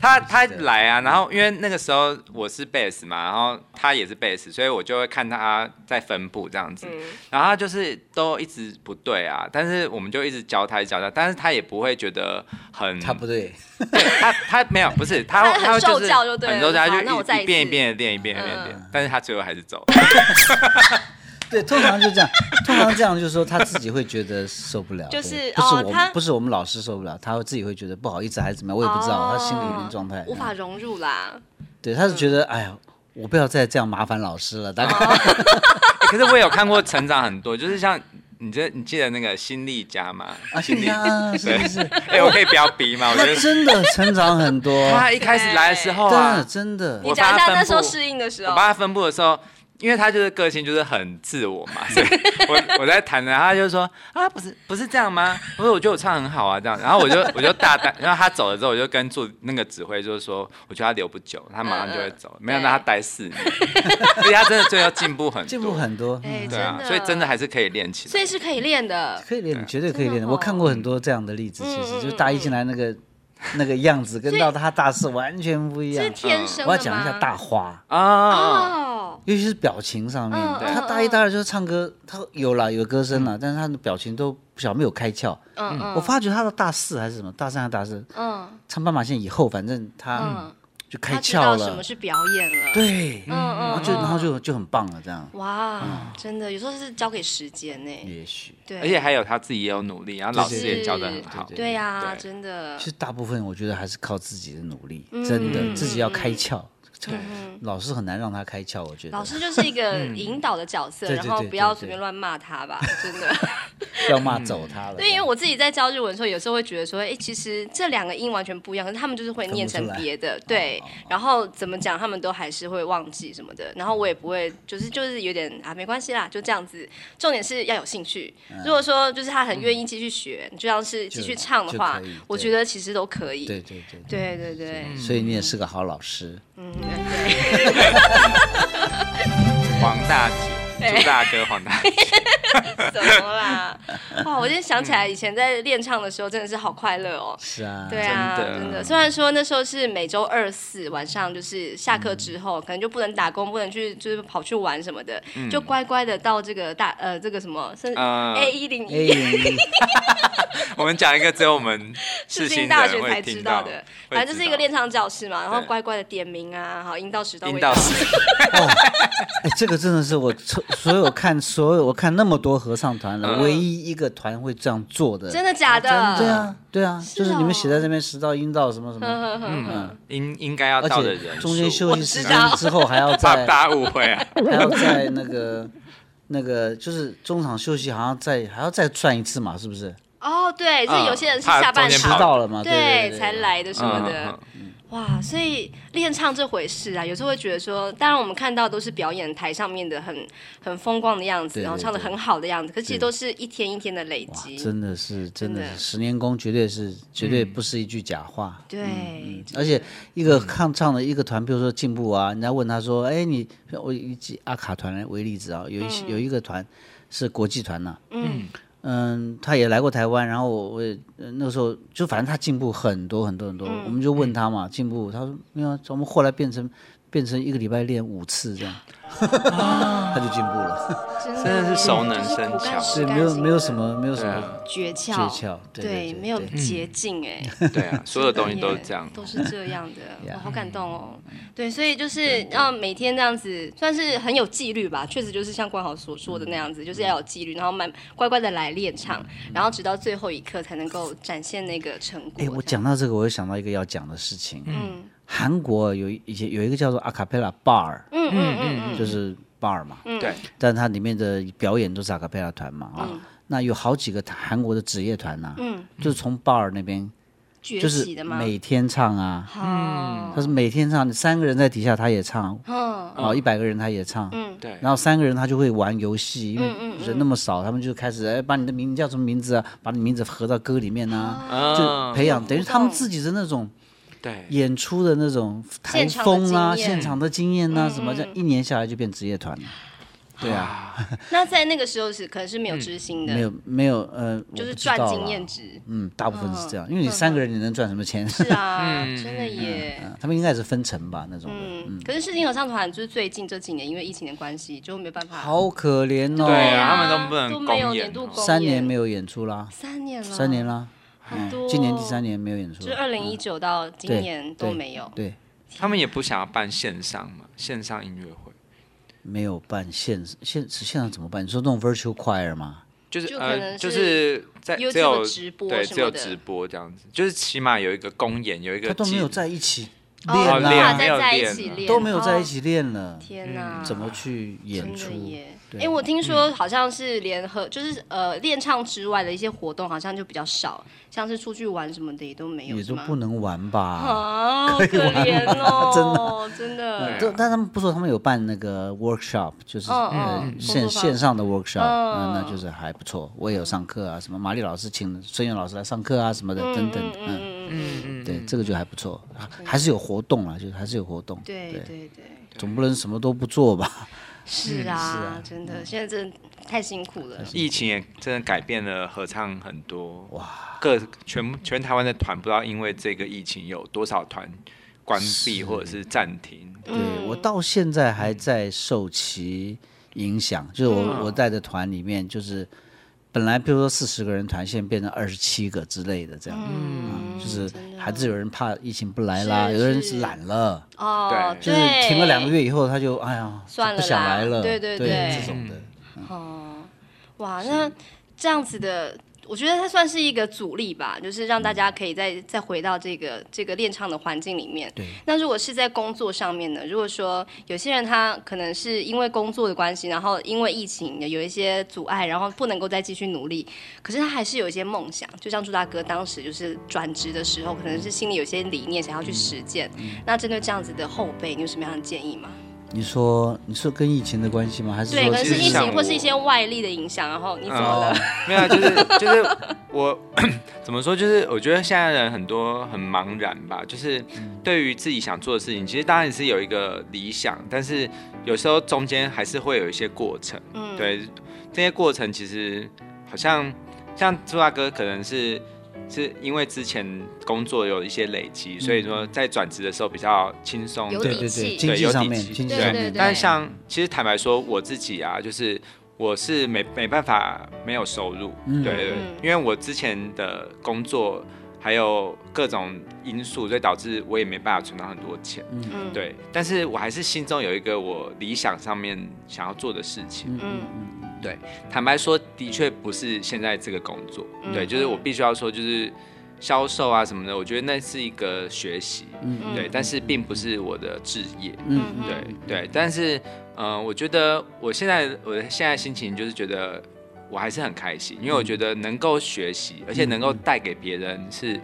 Speaker 2: 他他来啊，然后因为那个时候我是贝斯嘛，然后他也是贝斯，所以我就会看他在分布这样子，然后他就是都一直不对啊，但是我们就一直教他一直教他，但是他也不会觉得很
Speaker 1: 他不对，
Speaker 2: 对他他没有不是他
Speaker 3: 他很
Speaker 2: 他会
Speaker 3: 受
Speaker 2: 就是
Speaker 3: 教就对了
Speaker 2: 很受教，
Speaker 3: 好
Speaker 2: 他
Speaker 3: 那我
Speaker 2: 就
Speaker 3: 再
Speaker 2: 一
Speaker 3: 一
Speaker 2: 一遍一
Speaker 3: 次嗯
Speaker 2: 遍的练一遍一遍地练，但是他最后还是走了。
Speaker 1: 对，通常就这样，通常这样就是说他自己会觉得受不了，
Speaker 3: 就
Speaker 1: 对
Speaker 3: 是
Speaker 1: 不是
Speaker 3: 哦
Speaker 1: 我
Speaker 3: 他
Speaker 1: 们不是我们老师受不了，他会自己会觉得不好意思还是怎么样，我也不知道他心理
Speaker 3: 哦
Speaker 1: 原状态。嗯
Speaker 3: 无法融入啦。
Speaker 1: 对，他是觉得哎呀，我不要再这样麻烦老师了，大概
Speaker 3: 哦
Speaker 2: 欸可是我有看过成长很多，就是像你这你记得那个新力 家吗？
Speaker 1: 啊，现在啊，是不是？
Speaker 2: 哎、我可以不要逼吗？我觉
Speaker 1: 那
Speaker 2: 得
Speaker 1: 真的成长很 多，
Speaker 2: 他一开始来的时候
Speaker 1: 真的
Speaker 2: 啊，
Speaker 1: 真的
Speaker 3: 你
Speaker 2: 我
Speaker 3: 讲一
Speaker 2: 帮他
Speaker 3: 下那
Speaker 2: 分
Speaker 3: 时候
Speaker 2: 布
Speaker 3: 适应的时
Speaker 2: 我
Speaker 3: 候
Speaker 2: 帮，他分布的时候。因为他就是个性就是很自我嘛，所以我我在谈的，他就说啊，不是不是这样吗？我说我觉得我唱很好啊，这样，然后我就我就大胆，然后他走了之后，我就跟助那个指挥就是说，我觉得他留不久，他马上就会走，没想到他待四年，所以他真的最后进步很多，
Speaker 1: 进步很多，嗯
Speaker 3: 哎，
Speaker 2: 对啊，
Speaker 3: 的，
Speaker 2: 所以真的，还是可以练起来，
Speaker 3: 所以是可以练的。
Speaker 1: 可以练，绝对可以
Speaker 3: 真的
Speaker 1: 练。
Speaker 3: 哦
Speaker 1: 我看过很多这样的例子，其
Speaker 3: 嗯嗯
Speaker 1: 实就大一进来那个那个样子，跟
Speaker 3: 所以
Speaker 1: 到他大四完全不一
Speaker 3: 是
Speaker 1: 样。
Speaker 3: 天
Speaker 1: 嗯
Speaker 3: 生的吗？
Speaker 1: 我要讲一下大花，
Speaker 2: 啊，
Speaker 3: 哦，
Speaker 1: 尤其是表情上面，
Speaker 3: 嗯对
Speaker 1: 他大一大二就是唱歌，他有啦有歌声啦，但是他的表情都不晓得没有开窍。
Speaker 3: 嗯嗯，
Speaker 1: 我发觉他到大四还是什么，大三还是大四，
Speaker 3: 嗯
Speaker 1: 唱斑马线以后，反正他
Speaker 3: 嗯，
Speaker 1: 就开
Speaker 3: 他知
Speaker 1: 窍
Speaker 3: 道什么
Speaker 1: 了，
Speaker 3: 是表演了。
Speaker 1: 对，
Speaker 3: 嗯，嗯
Speaker 1: 然后
Speaker 3: 嗯，
Speaker 1: 就然后就就很棒了，这样
Speaker 3: 哇，真的有时候是交给时间呢。
Speaker 1: 嗯也许。
Speaker 3: 对，
Speaker 2: 而且还有他自己也有努力，然后老师也教的很好。
Speaker 1: 对
Speaker 3: 对呀，
Speaker 2: 对
Speaker 3: 真的
Speaker 1: 其，实大部分我觉得还是靠自己的努力，真的
Speaker 3: 嗯
Speaker 1: 自己要开窍。这
Speaker 2: 对
Speaker 1: 老师很难让他开窍，我觉得
Speaker 3: 老师就是一个引导的角
Speaker 1: 嗯
Speaker 3: 色，
Speaker 1: 对
Speaker 3: 然
Speaker 1: 对
Speaker 3: 后
Speaker 1: 对
Speaker 3: 不
Speaker 1: 对
Speaker 3: 要
Speaker 1: 对
Speaker 3: 随便乱骂 他吧，真的。
Speaker 1: 要骂走他了。
Speaker 3: 对，因为我自己在教日文的时候，有时候会觉得说，哎，其实这两个音完全不一样，可是他们就是会念成别
Speaker 1: 哦
Speaker 3: 的，对。然后怎么讲，他们都还是会忘记什么的。然后我也不会，就是就是有点啊，没关系啦，就这样子。重点是要有兴趣。如果说就是他很愿意继续学，就像是继续唱的话
Speaker 1: 嗯就可以对，
Speaker 3: 我觉得其实都可以。
Speaker 1: 对对对
Speaker 3: 对对对，
Speaker 1: 对，所以你也是个好老师。
Speaker 3: 嗯，对。
Speaker 2: 黄大姐、朱大哥、黄大姐，
Speaker 3: 怎么啦？哇，我今天想起来，以前在练唱的时候，真的是好快乐哦。
Speaker 1: 是啊，
Speaker 3: 对啊，
Speaker 2: 嗯真
Speaker 3: 真
Speaker 2: 的
Speaker 3: 虽然说那时候是每周二四晚上，就是下课之后，可能就不能打工，不能去就是跑去玩什么的，就乖乖的到这个大呃这个什么，甚至
Speaker 2: 嗯
Speaker 3: A 一零
Speaker 1: 哎
Speaker 3: 一
Speaker 2: 我们讲一个只有我们
Speaker 3: 世
Speaker 2: 世
Speaker 3: 新
Speaker 2: 新
Speaker 3: 大
Speaker 2: 的
Speaker 3: 学
Speaker 2: 人
Speaker 3: 才
Speaker 2: 会
Speaker 3: 知
Speaker 2: 听
Speaker 3: 道
Speaker 2: 到
Speaker 3: 的，
Speaker 2: 会
Speaker 3: 反正就是一个
Speaker 2: 知道
Speaker 3: 练唱教室嘛，然后
Speaker 2: 对
Speaker 3: 乖乖的点名啊，好阴道十到
Speaker 2: 阴
Speaker 3: 味
Speaker 2: 道
Speaker 3: 道。
Speaker 2: 是
Speaker 1: 哎， 这个真的是我从所有看所有我看那么多合唱团了，唯一一个团会这样做的。
Speaker 3: 嗯真的假的？
Speaker 1: 对啊，对啊，
Speaker 3: 哦
Speaker 1: 就是你们写在那边食道、阴道什么什
Speaker 3: 呵
Speaker 1: 么，
Speaker 3: 呵呵呵。
Speaker 2: 应 应该要
Speaker 1: 而
Speaker 2: 到的人
Speaker 1: 且
Speaker 2: 数，
Speaker 1: 中间休息时
Speaker 3: 我知道
Speaker 1: 间之后还 要
Speaker 2: 怕
Speaker 1: 再
Speaker 2: 大家误会啊。
Speaker 1: 还要在那个那个，就是中场休息，好像再还要再转一次嘛，是不是？
Speaker 3: 哦，对，就是
Speaker 2: 嗯
Speaker 3: 有些人是
Speaker 2: 怕
Speaker 3: 下半
Speaker 2: 中间
Speaker 1: 迟
Speaker 3: 场
Speaker 2: 跑
Speaker 1: 到了嘛，对对
Speaker 3: 对
Speaker 1: 对
Speaker 3: 才来的什么的。
Speaker 2: 嗯嗯
Speaker 3: 哇，所以练唱这回事啊，有时候会觉得说，当然我们看到都是表演台上面的很很风光的样子，
Speaker 1: 对对
Speaker 3: 然后唱的很好的样子，可其实都是一天一天的累
Speaker 1: 哇
Speaker 3: 积。，
Speaker 1: 真的是，真的
Speaker 3: 真的
Speaker 1: 是，十年功绝对是，绝对
Speaker 3: 嗯
Speaker 1: 不是一句假话。
Speaker 3: 对，
Speaker 1: 嗯而且一
Speaker 2: 嗯
Speaker 1: 个抗唱的一个团，比如说进步啊，人家问他说：“哎，你我以以阿卡团为例子啊，有一些有一个团是国际团呐、
Speaker 3: 嗯
Speaker 1: 嗯，他也来过台湾，然后我我也、呃那个时候就反正他进步很多很多很多，我们就
Speaker 2: 嗯
Speaker 1: 问他嘛进步，他说没有啊，我们后来变成变成一个礼拜练五次 这样，他就进步
Speaker 2: 啊
Speaker 1: 了，
Speaker 3: 真
Speaker 2: 真的是熟能生巧
Speaker 1: 是没有没有什么没有什
Speaker 2: 对
Speaker 1: 么
Speaker 2: 啊
Speaker 3: 诀
Speaker 1: 诀
Speaker 3: 窍，
Speaker 1: 窍，对对
Speaker 3: 没有
Speaker 1: 对
Speaker 3: 捷径哎、
Speaker 2: 对啊，
Speaker 1: 嗯
Speaker 2: 所有东西都是这样
Speaker 3: 真的耶。都是这样的，我好感动哦。对，所以就是要每天这样子，算是很有纪律吧。确实就是像冠豪所说的那样子，就是要有纪律，然后慢乖乖的来练唱，然后直到最后一刻才能够展现那个成果。
Speaker 1: 哎，我讲到这个，我又想到一个要讲的事情。嗯，韩国有一以前有一个叫做阿卡贝拉 bar，
Speaker 3: 嗯嗯嗯嗯，
Speaker 1: 就是 bar 嘛，
Speaker 2: 对，
Speaker 1: 但它里面的表演都是阿卡贝拉团嘛
Speaker 3: 嗯
Speaker 1: 啊，那有好几个韩国的职业团呐，就是从 bar 那边
Speaker 3: 崛
Speaker 1: 就
Speaker 3: 嗯起
Speaker 1: 是
Speaker 3: 的吗？
Speaker 1: 每天唱啊，
Speaker 3: 哦，
Speaker 1: 他是每天唱，三个人在底下他也唱，
Speaker 3: 嗯，
Speaker 1: 啊，一百个人他也唱，
Speaker 2: 对，
Speaker 1: 然后三个人他就会玩游戏，
Speaker 3: 嗯
Speaker 1: 因为人那么少，他们就开始哎，把你的名字叫什么名字啊，把你名字合到歌里面呐、就
Speaker 2: 嗯，
Speaker 1: 培养，
Speaker 3: 哦有
Speaker 1: 等于
Speaker 3: 互
Speaker 1: 他们
Speaker 3: 动
Speaker 1: 自己的那种
Speaker 2: 对，
Speaker 1: 演出的那种台
Speaker 3: 现场的
Speaker 1: 风啊，
Speaker 3: 经
Speaker 1: 现
Speaker 3: 验嗯
Speaker 1: 场的经验啊呐，什么这样一年下来就变职业团了，对啊，
Speaker 3: 那在那个时候是可能是没有知心的，
Speaker 1: 嗯没有没有呃，我
Speaker 3: 就是
Speaker 1: 不知
Speaker 3: 赚
Speaker 1: 道
Speaker 3: 经
Speaker 1: 啦
Speaker 3: 验，值。嗯
Speaker 1: 嗯，大部分是这样，因为你三个人你能赚什么钱？ 啊
Speaker 3: 是啊，真的耶。
Speaker 1: 他们应该是分成吧那种的，
Speaker 3: 嗯，可是世新合唱团就是最近这几年因为疫情的关系，就没办法。
Speaker 1: 好可怜哦，
Speaker 2: 对啊
Speaker 3: 啊，
Speaker 2: 他们都不能
Speaker 3: 都没有
Speaker 2: 公演
Speaker 3: 年度
Speaker 2: 哦
Speaker 3: 公演，
Speaker 1: 三年没有演出啦，
Speaker 3: 三年了，
Speaker 1: 三年，啦，哎
Speaker 3: 好多。哦
Speaker 1: 今年第三，年没有演出
Speaker 3: 就是
Speaker 1: 了，
Speaker 3: 二零一九到今
Speaker 1: 对对
Speaker 3: 年都没有。
Speaker 1: 对。
Speaker 2: 他们也不想要办线上嘛，线上音乐会
Speaker 1: 没有办现现现场怎么办？你说那种 virtual choir 吗？
Speaker 2: 就是
Speaker 3: 就可能
Speaker 2: 呃，就是是在只
Speaker 3: YouTube
Speaker 2: 有
Speaker 3: 直播
Speaker 2: 对，
Speaker 3: 什
Speaker 2: 只
Speaker 3: 么
Speaker 2: 有
Speaker 3: 的
Speaker 2: 直播这样子，就是起码有一个公演，有一个
Speaker 1: 他都没
Speaker 2: 记
Speaker 1: 有
Speaker 2: 录
Speaker 1: 在一起
Speaker 3: 哦，
Speaker 1: 练
Speaker 3: 无
Speaker 1: 啦、
Speaker 3: 法
Speaker 2: 没
Speaker 3: 再
Speaker 2: 有
Speaker 3: 在一
Speaker 2: 练啊
Speaker 3: 起
Speaker 2: 了
Speaker 3: 练，
Speaker 1: 都没有在
Speaker 3: 哦
Speaker 1: 一。起练了，
Speaker 3: 天哪，
Speaker 1: 怎么去演
Speaker 3: 真
Speaker 1: 出
Speaker 3: 的？耶？
Speaker 1: 对嗯
Speaker 3: 哎、我听说好像是联合，就是呃，练唱之外的一些活动，好像就比较少，像是出去玩什么的也都没有，
Speaker 1: 也
Speaker 3: 是
Speaker 1: 都
Speaker 3: 吗
Speaker 1: 不能玩 吧？
Speaker 3: 啊， 好可怜哦，真的，真的，
Speaker 1: 但但他们不说他们有办那个 workshop，就是、
Speaker 3: 嗯
Speaker 1: 呃
Speaker 3: 嗯工
Speaker 1: 线
Speaker 3: 作坊哦
Speaker 1: 线上的 workshop，、那那就是还不错。我也有上课啊，什么玛丽老师请孙燕老师来上课啊，什么的、等等，嗯，
Speaker 3: 嗯嗯，
Speaker 1: 对，这个就还不错，还还是有活动啊，就是还是有活动，嗯
Speaker 3: 对对对，
Speaker 1: 总不能什么都不做吧？
Speaker 3: 是啊，真
Speaker 1: 嗯
Speaker 3: 的，现在真的太辛苦了，
Speaker 2: 疫情也真的改变了合唱很多哇，各全全台湾的团不知道因为这个疫情有多少团关闭或者是暂停，
Speaker 3: 嗯
Speaker 1: 对我到现在还在受其影响，就是我、
Speaker 3: 嗯
Speaker 1: 我带的团里面，就是本来比如说四十个人团，现在变成二十七个之类的这样，嗯，就是还是有人怕疫情不来啦，
Speaker 3: 是
Speaker 1: 有的人
Speaker 3: 是
Speaker 1: 是懒了，
Speaker 3: 哦，
Speaker 2: 对
Speaker 1: 就是
Speaker 3: 对，
Speaker 1: 停了两个月以后，他就哎呀
Speaker 3: 算了
Speaker 1: 不想
Speaker 3: 啦
Speaker 1: 来了，
Speaker 3: 对对
Speaker 1: 对
Speaker 3: 对
Speaker 1: 这种的，
Speaker 3: 哇，那这样子的，我觉得它算是一个阻力吧，就是让大家可以再、再回到这个这个练唱的环境里面。
Speaker 1: 对。
Speaker 3: 那如果是在工作上面呢？如果说有些人他可能是因为工作的关系，然后因为疫情有一些阻碍，然后不能够再继续努力，可是他还是有一些梦想，就像朱大哥当时就是转职的时候，可能是心里有些理念想要去实践。那针对这样子的后辈，你有什么样的建议吗？
Speaker 1: 你说你说跟疫情的关系吗？还是
Speaker 3: 对，
Speaker 1: 说
Speaker 3: 可能
Speaker 1: 其
Speaker 3: 是
Speaker 1: 实
Speaker 3: 疫
Speaker 2: 像
Speaker 3: 情
Speaker 2: 我
Speaker 3: 或是一些外力的影响，然后你怎么了？
Speaker 1: 哦，
Speaker 2: 没有啊，就是就是我怎么说，就是我觉得现在人很多很茫然吧，就是
Speaker 3: 嗯
Speaker 2: 对于自己想做的事情，其实当然是有一个理想，但是有时候中间还是会有一些过程。
Speaker 3: 嗯，
Speaker 2: 对，这些过程其实好像像朱大哥可能是是因为之前工作有一些累积，所以说在转职的时候比较轻松
Speaker 3: 嗯有
Speaker 2: 的，
Speaker 1: 对
Speaker 3: 底
Speaker 1: 对
Speaker 3: 气
Speaker 1: 对，经
Speaker 2: 对
Speaker 1: 济
Speaker 2: 有
Speaker 1: 上
Speaker 2: 底
Speaker 1: 面
Speaker 2: 气
Speaker 1: 经济
Speaker 3: 对
Speaker 1: 上
Speaker 3: 对
Speaker 1: 面
Speaker 3: 对
Speaker 2: 但是像其实坦白说，我自己啊，就是我是没没办法没有收入，
Speaker 1: 嗯
Speaker 2: 对对对
Speaker 3: 嗯
Speaker 2: 因为我之前的工作还有各种因素，所以导致我也没办法存到很多钱，
Speaker 3: 嗯，
Speaker 2: 对。但是我还是心中有一个我理想上面想要做的事情。
Speaker 3: 嗯。
Speaker 2: 坦白说，的确不是现在这个工作，
Speaker 3: 嗯
Speaker 2: 对，就是我必须要说，就是销售啊什么的，我觉得那是一个学习，
Speaker 1: 嗯
Speaker 2: 对，但是并不是我的置业，
Speaker 1: 嗯
Speaker 3: 嗯
Speaker 2: 对对，但是呃，我觉得我现在我的现在心情就是觉得我还是很开心，
Speaker 1: 嗯
Speaker 2: 因为我觉得能够学习，而且能够带给别人是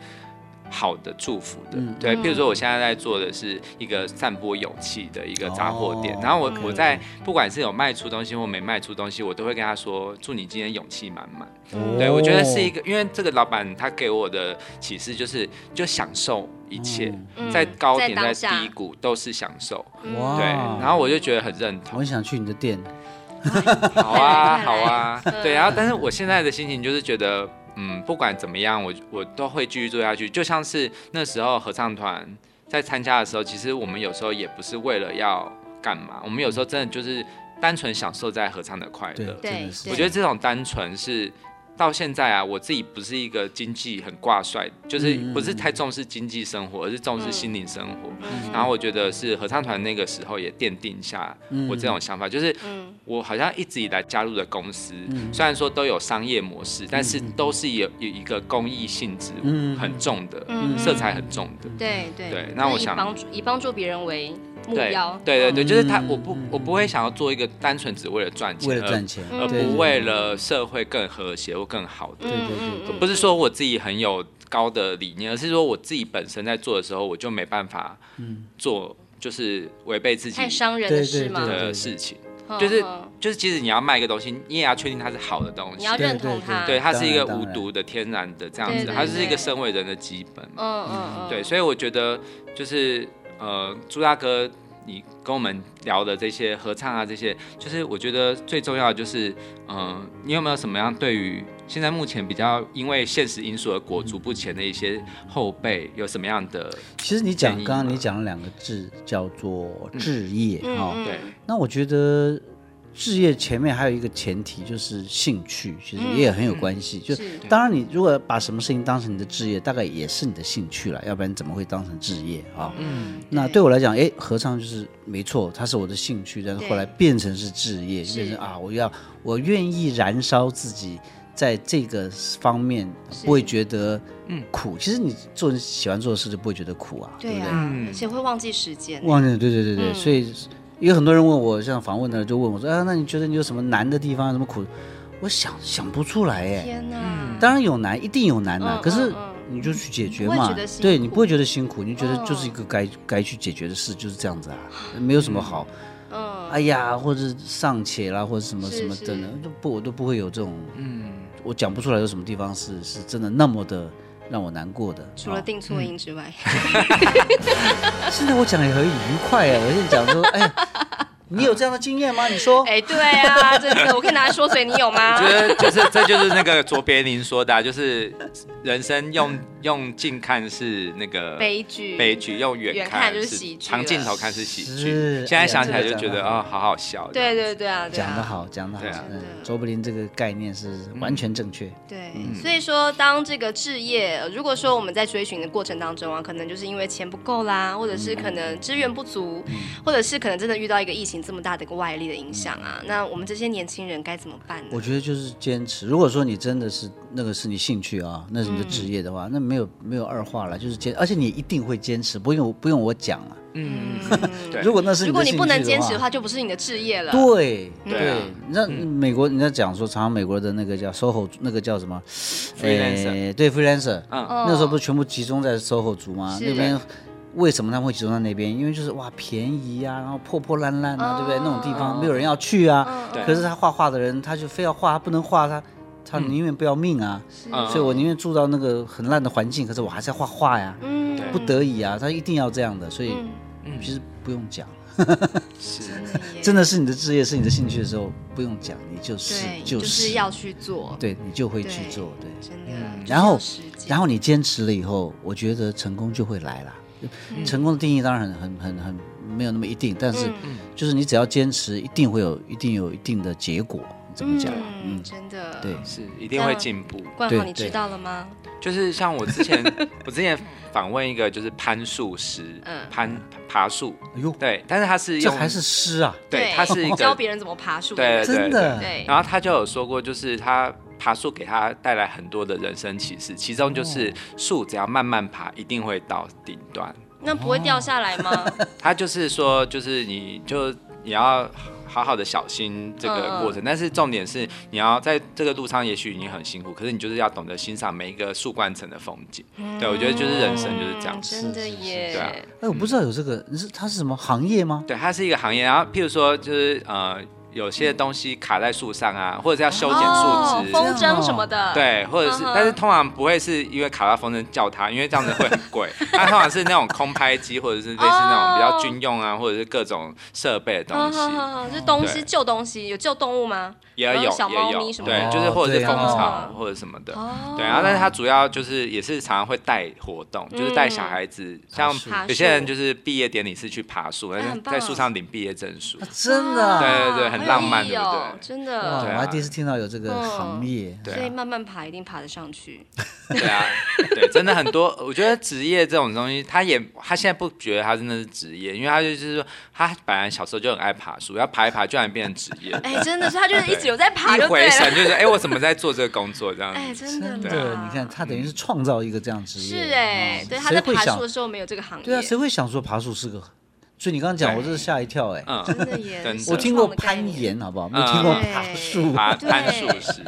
Speaker 2: 好的祝福的。
Speaker 1: 嗯
Speaker 2: 对，
Speaker 3: 嗯
Speaker 2: 譬如说我现在在做的是一个散播勇气的一个杂货店，
Speaker 1: 哦
Speaker 2: 然后我
Speaker 3: 嗯
Speaker 2: 我在不管是有卖出东西或没卖出东西，我都会跟他说祝你今天勇气满满。
Speaker 3: 嗯
Speaker 1: 哦
Speaker 2: 对，我觉得是一个，因为这个老板他给我的启示就是，就享受一切，
Speaker 3: 嗯
Speaker 2: 在高
Speaker 3: 在
Speaker 2: 点
Speaker 3: 当
Speaker 2: 在
Speaker 3: 下
Speaker 2: 低谷都是享受。
Speaker 1: 哇
Speaker 2: 嗯对，然后我就觉得很认
Speaker 1: 哦我
Speaker 2: 同。
Speaker 1: 很想去你的店，
Speaker 2: 好 啊，
Speaker 3: 太
Speaker 2: 好啊，
Speaker 3: 嗯
Speaker 2: 对。然后，但是我现在的心情就是觉得，嗯，不管怎么样，我我都会继续做下去。就像是那时候合唱团在参加的时候，其实我们有时候也不是为了要干嘛，我们有时候真的就是单纯享受在合唱的快
Speaker 1: 对
Speaker 2: 乐。
Speaker 3: 对
Speaker 1: 真的是，
Speaker 2: 我觉得这种单纯是到现在啊，我自己不是一个经济很挂帅，就是不是太重视经济生活，而是重视心灵生活。然后我觉得是合唱团那个时候也奠定下我这种想法，就是
Speaker 3: 嗯
Speaker 2: 我好像一直以来加入的公司，虽然说都有商业模式，但是都是有有一个公益性质很重的
Speaker 3: 嗯
Speaker 2: 色彩很重的。
Speaker 3: 对对
Speaker 2: 对那我
Speaker 3: 就是以
Speaker 2: 想
Speaker 3: 帮助以帮助别人为目标。嗯
Speaker 2: 对对对，就是他，我不我不会想要做一个单纯只为了赚钱，
Speaker 1: 为了赚钱，
Speaker 2: 而，而
Speaker 1: 对
Speaker 2: 不为了社会更和谐或更好的。
Speaker 1: 对对对对
Speaker 3: 嗯
Speaker 2: 不是说我自己很有高的理念，而是说我自己本身在做的时候，我就没办法做就是违背自己
Speaker 3: 太伤人的
Speaker 1: 对
Speaker 3: 事
Speaker 1: 对
Speaker 3: 吗？
Speaker 1: 对
Speaker 2: 的事情。
Speaker 3: 嗯
Speaker 2: 就是
Speaker 3: 嗯
Speaker 2: 就是，即使你要卖一个东西，你也要确定它是好的东
Speaker 3: 你
Speaker 2: 西
Speaker 3: 要。
Speaker 1: 对
Speaker 3: 认同
Speaker 1: 对
Speaker 3: 它
Speaker 2: 对，它是一个
Speaker 1: 当然
Speaker 2: 无
Speaker 1: 当然
Speaker 2: 毒的、天然的这样
Speaker 3: 对
Speaker 2: 子，
Speaker 3: 对
Speaker 2: 它是一
Speaker 3: 对
Speaker 2: 个身为人的基本嘛。
Speaker 3: 嗯嗯嗯，
Speaker 2: 对，所以我觉得就是呃，朱大哥，你跟我们聊的这些合唱啊，这些，就是我觉得最重要的就是，嗯、你有没有什么样对于现在目前比较因为现实因素而裹足不前的一些后辈，有什么样的？
Speaker 1: 其实你讲
Speaker 2: 建议
Speaker 1: 刚刚
Speaker 2: 嘛
Speaker 1: 你讲了两个字，叫做置业
Speaker 3: 嗯
Speaker 1: 哈。
Speaker 3: 嗯
Speaker 2: 对
Speaker 1: 那我觉得置业前面还有一个前提就是兴趣，其实
Speaker 3: 嗯
Speaker 1: 也很有关系。就
Speaker 3: 对
Speaker 1: 当然你如果把什么事情当成你的置业，大概也是你的兴趣了，要不然怎么会当成置业啊？
Speaker 3: 嗯，
Speaker 1: 那对我来讲，哎，合唱就是没错，它是我的兴趣，但是
Speaker 3: 对
Speaker 1: 后来变成是置业，
Speaker 3: 是
Speaker 1: 变成啊，我要我愿意燃烧自己。在这个方面不会觉得苦，其实你做你喜欢做的事就不会觉得苦啊，
Speaker 3: 嗯对嗯
Speaker 1: 不对？
Speaker 3: 啊，
Speaker 2: 嗯
Speaker 3: 而且会忘记时间。
Speaker 1: 忘记了，对对对对，所以有很多人问我，像访问的就问我说啊，那你觉得你有什么难的地方，有什么苦？我想想不出来耶。
Speaker 3: 天
Speaker 2: 嗯
Speaker 3: 哪！
Speaker 1: 当然有难，一定有难的、
Speaker 3: 嗯
Speaker 1: 可是
Speaker 3: 嗯嗯
Speaker 1: 你就去解决
Speaker 3: 不会
Speaker 1: 嘛
Speaker 3: 觉得辛，苦嗯
Speaker 1: 对你不会觉得辛苦，你觉得就是一个该、该去解决的事，就是这样 子啊，没有什么好，
Speaker 3: 嗯，
Speaker 1: 哎呀，或者尚且啦，或者什么
Speaker 3: 是
Speaker 1: 什么的呢
Speaker 3: 是，
Speaker 1: 就不我都不会有这种，嗯，我讲不出来有什么地方是是真的那么的让我难过的，
Speaker 3: 除了
Speaker 1: 啊
Speaker 3: 定错音之 外，
Speaker 1: 哦现在我讲也很愉快哎，我现在讲 说，哎呀，你有这样的经验吗？你说，
Speaker 3: 哎，对啊，真的，我可以拿来说嘴，你有吗
Speaker 2: 我觉？得就是这就是那个卓别林说的、啊，就是人生用用近看是那个
Speaker 3: 悲剧，
Speaker 2: 悲剧，用远
Speaker 3: 远
Speaker 2: 看
Speaker 3: 看就是喜剧
Speaker 2: 长
Speaker 3: 了
Speaker 2: 镜头看是喜剧。
Speaker 1: 是
Speaker 2: 现在
Speaker 1: 哎呀
Speaker 2: 想起来
Speaker 1: 这
Speaker 2: 就
Speaker 1: 个
Speaker 2: 觉
Speaker 1: 讲
Speaker 2: 得
Speaker 1: 得好
Speaker 2: 啊、好好笑。这样
Speaker 3: 对对对啊，对啊
Speaker 1: 讲得好，讲得好
Speaker 2: 对啊，
Speaker 1: 嗯
Speaker 3: 真的，
Speaker 1: 卓别林这个概念是完全正确。
Speaker 3: 对，
Speaker 1: 嗯
Speaker 3: 所以说，当这个置业，呃如果说我们在追寻的过程当中啊，可能就是因为钱不够啦，或者是可能资源不足，
Speaker 1: 嗯
Speaker 3: 或者是可能真的遇到一个疫情这么大的一个外力的影响啊，那我们这些年轻人该怎么办
Speaker 1: 嗯我
Speaker 3: 呢？
Speaker 1: 觉得就是坚持。如果说你真的是那个是你兴趣啊，那是
Speaker 3: 嗯
Speaker 1: 你的职业的话，那没有没有二话了，就是坚，而且你一定会坚持，不用不用我讲了。
Speaker 2: 嗯， 对
Speaker 1: 如果那是
Speaker 3: 如
Speaker 1: 的
Speaker 3: 果
Speaker 1: 兴
Speaker 3: 你
Speaker 1: 趣
Speaker 3: 不能坚持的
Speaker 1: 的
Speaker 3: 话，就嗯不是你的置业了。
Speaker 1: 对
Speaker 2: 对啊
Speaker 1: 那美国人家讲说，常常美国的那个叫 SOHO，那个叫什么
Speaker 2: Freelancer
Speaker 1: 呃对 freelancer，
Speaker 3: 嗯
Speaker 1: 那时候不是全部集中在 SOHO 族吗？
Speaker 3: 是
Speaker 1: 那边为什么他们会集中在那边？因为就是哇便宜啊，然后破破烂烂啊，对不对？那种地
Speaker 3: 哦
Speaker 1: 方没有人要去啊。
Speaker 3: 嗯
Speaker 2: 对
Speaker 1: 可是他画画的人，他就非要画，他不能画他，他宁愿不要命啊。
Speaker 2: 嗯
Speaker 1: 所以我宁愿住到那个很烂的环境，可是我还是要画画呀，
Speaker 3: 嗯，
Speaker 2: 对
Speaker 1: 不得已啊，他一定要这样的。所以
Speaker 3: 嗯
Speaker 1: 其实不用讲，
Speaker 2: 是
Speaker 3: 耶
Speaker 1: 真的是你的职业是你的兴趣的时候，不用讲，你就是
Speaker 3: 对，
Speaker 1: 就
Speaker 3: 就是要去做，
Speaker 1: 对你就会去
Speaker 3: 对
Speaker 1: 做对。嗯
Speaker 3: 真的。就是
Speaker 1: 然后
Speaker 3: 要实践
Speaker 1: 然后你坚持了以后，我觉得成功就会来啦。
Speaker 3: 嗯
Speaker 1: 成功的定义当然很很很很没有那么一定，但是
Speaker 3: 嗯
Speaker 1: 就是你只要坚持，一定会有一定有一定的结果。怎么讲？
Speaker 3: 嗯，真的，
Speaker 1: 对，
Speaker 2: 是，一定会进步。
Speaker 3: 冠
Speaker 1: 对
Speaker 3: 豪，你知
Speaker 1: 对
Speaker 3: 道了吗？
Speaker 2: 就是像我之前，我之前访问一个就是攀树师，
Speaker 3: 嗯
Speaker 2: 攀爬树，
Speaker 1: 哎呦，
Speaker 2: 对，但是他是
Speaker 1: 这
Speaker 2: 用
Speaker 1: 还是诗啊！
Speaker 2: 对，他是一
Speaker 3: 教
Speaker 2: 个，
Speaker 3: 别人怎么爬树，
Speaker 2: 对
Speaker 3: 不
Speaker 1: 真的
Speaker 3: 对，
Speaker 2: 然后他就有说过，就是他爬树给他带来很多的人生启示，其中
Speaker 1: 哦
Speaker 2: 就是树只要慢慢爬，一定会到顶端。
Speaker 3: 那不会掉下来吗？
Speaker 2: 他就是说，就是你就你要好好的小心这个过程，
Speaker 3: 嗯
Speaker 2: 但是重点是你要在这个路上，也许你很辛苦，可是你就是要懂得欣赏每一个树冠层的风景。对，我觉得 就是人生就是这样
Speaker 3: 嗯
Speaker 2: 子。
Speaker 3: 真的
Speaker 2: 对啊
Speaker 3: 耶，
Speaker 1: 哎，我不知道有这个，是它是什么行业吗？
Speaker 2: 对，它是一个行业。然后譬如说，就是呃，有些东西卡在树上啊，或者是要修剪
Speaker 3: 哦，
Speaker 2: 树枝。
Speaker 3: 风筝什么的，，
Speaker 2: 对，或者是
Speaker 3: 嗯哼
Speaker 2: 但是通常不会是因为卡到风筝叫它，因为这样子会很 贵。它通常是那种空拍机，或者是类似那种比较军用啊，或者是各种设备的东西。
Speaker 3: 哦，是东西
Speaker 2: 对
Speaker 3: 救东西，有救动物吗？
Speaker 2: 也有
Speaker 3: 然
Speaker 2: 也有
Speaker 3: 后小猫咪什么的哦
Speaker 2: 对，就是或者是
Speaker 1: 哦
Speaker 2: 蜂
Speaker 1: 对啊
Speaker 2: 巢或者什么的。对，然后但是它主要就是也是常常会带活动，就是带
Speaker 3: 嗯
Speaker 2: 小孩子，像
Speaker 1: 树
Speaker 2: 有些人就是毕业典礼是去爬树，
Speaker 3: 哎
Speaker 2: 但
Speaker 3: 很
Speaker 2: 是
Speaker 3: 棒
Speaker 2: 在树上领毕业证书。
Speaker 1: 真的啊！
Speaker 2: 对对对
Speaker 3: 哇
Speaker 2: 很
Speaker 3: 有
Speaker 2: 浪漫
Speaker 3: 意义哦
Speaker 2: 对不对
Speaker 1: 哇，
Speaker 3: 真的。
Speaker 1: 我
Speaker 2: 对啊
Speaker 1: 还第一次听到有这个
Speaker 3: 嗯
Speaker 1: 行业。
Speaker 2: 对啊
Speaker 3: 所以慢慢爬一定爬得上去，
Speaker 2: 对啊，对，真的很多。我觉得职业这种东西，他也他现在不觉得他真的是职业，因为他就是说他本来小时候就很爱爬树，要爬一爬居然变成职业，
Speaker 3: 哎，真的是他就是一直有在爬
Speaker 2: 一
Speaker 3: 就对
Speaker 2: 回神
Speaker 3: 了，
Speaker 2: 就是哎、我怎么在做这个工作这样子？
Speaker 3: 哎，真的
Speaker 1: 真的，
Speaker 3: 啦
Speaker 1: 你看，他等
Speaker 2: 嗯
Speaker 1: 于是创造一个这样职业。
Speaker 3: 是哎
Speaker 1: 嗯，
Speaker 3: 对，他
Speaker 1: 谁
Speaker 3: 在
Speaker 1: 会
Speaker 3: 爬
Speaker 1: 想啊
Speaker 3: 树的时候没有这个行业，
Speaker 1: 对啊，谁会想说爬树是个？所以你刚刚讲，
Speaker 2: 对
Speaker 1: 我真是吓一跳哎、
Speaker 2: 嗯，
Speaker 3: 真的耶，
Speaker 2: 真的
Speaker 3: 是
Speaker 1: 我听过
Speaker 3: 新创的概
Speaker 1: 攀
Speaker 3: 念，
Speaker 1: 岩，好不好？没有听过
Speaker 3: 嗯
Speaker 1: 爬树。
Speaker 2: 爬
Speaker 3: 对
Speaker 2: 攀树石，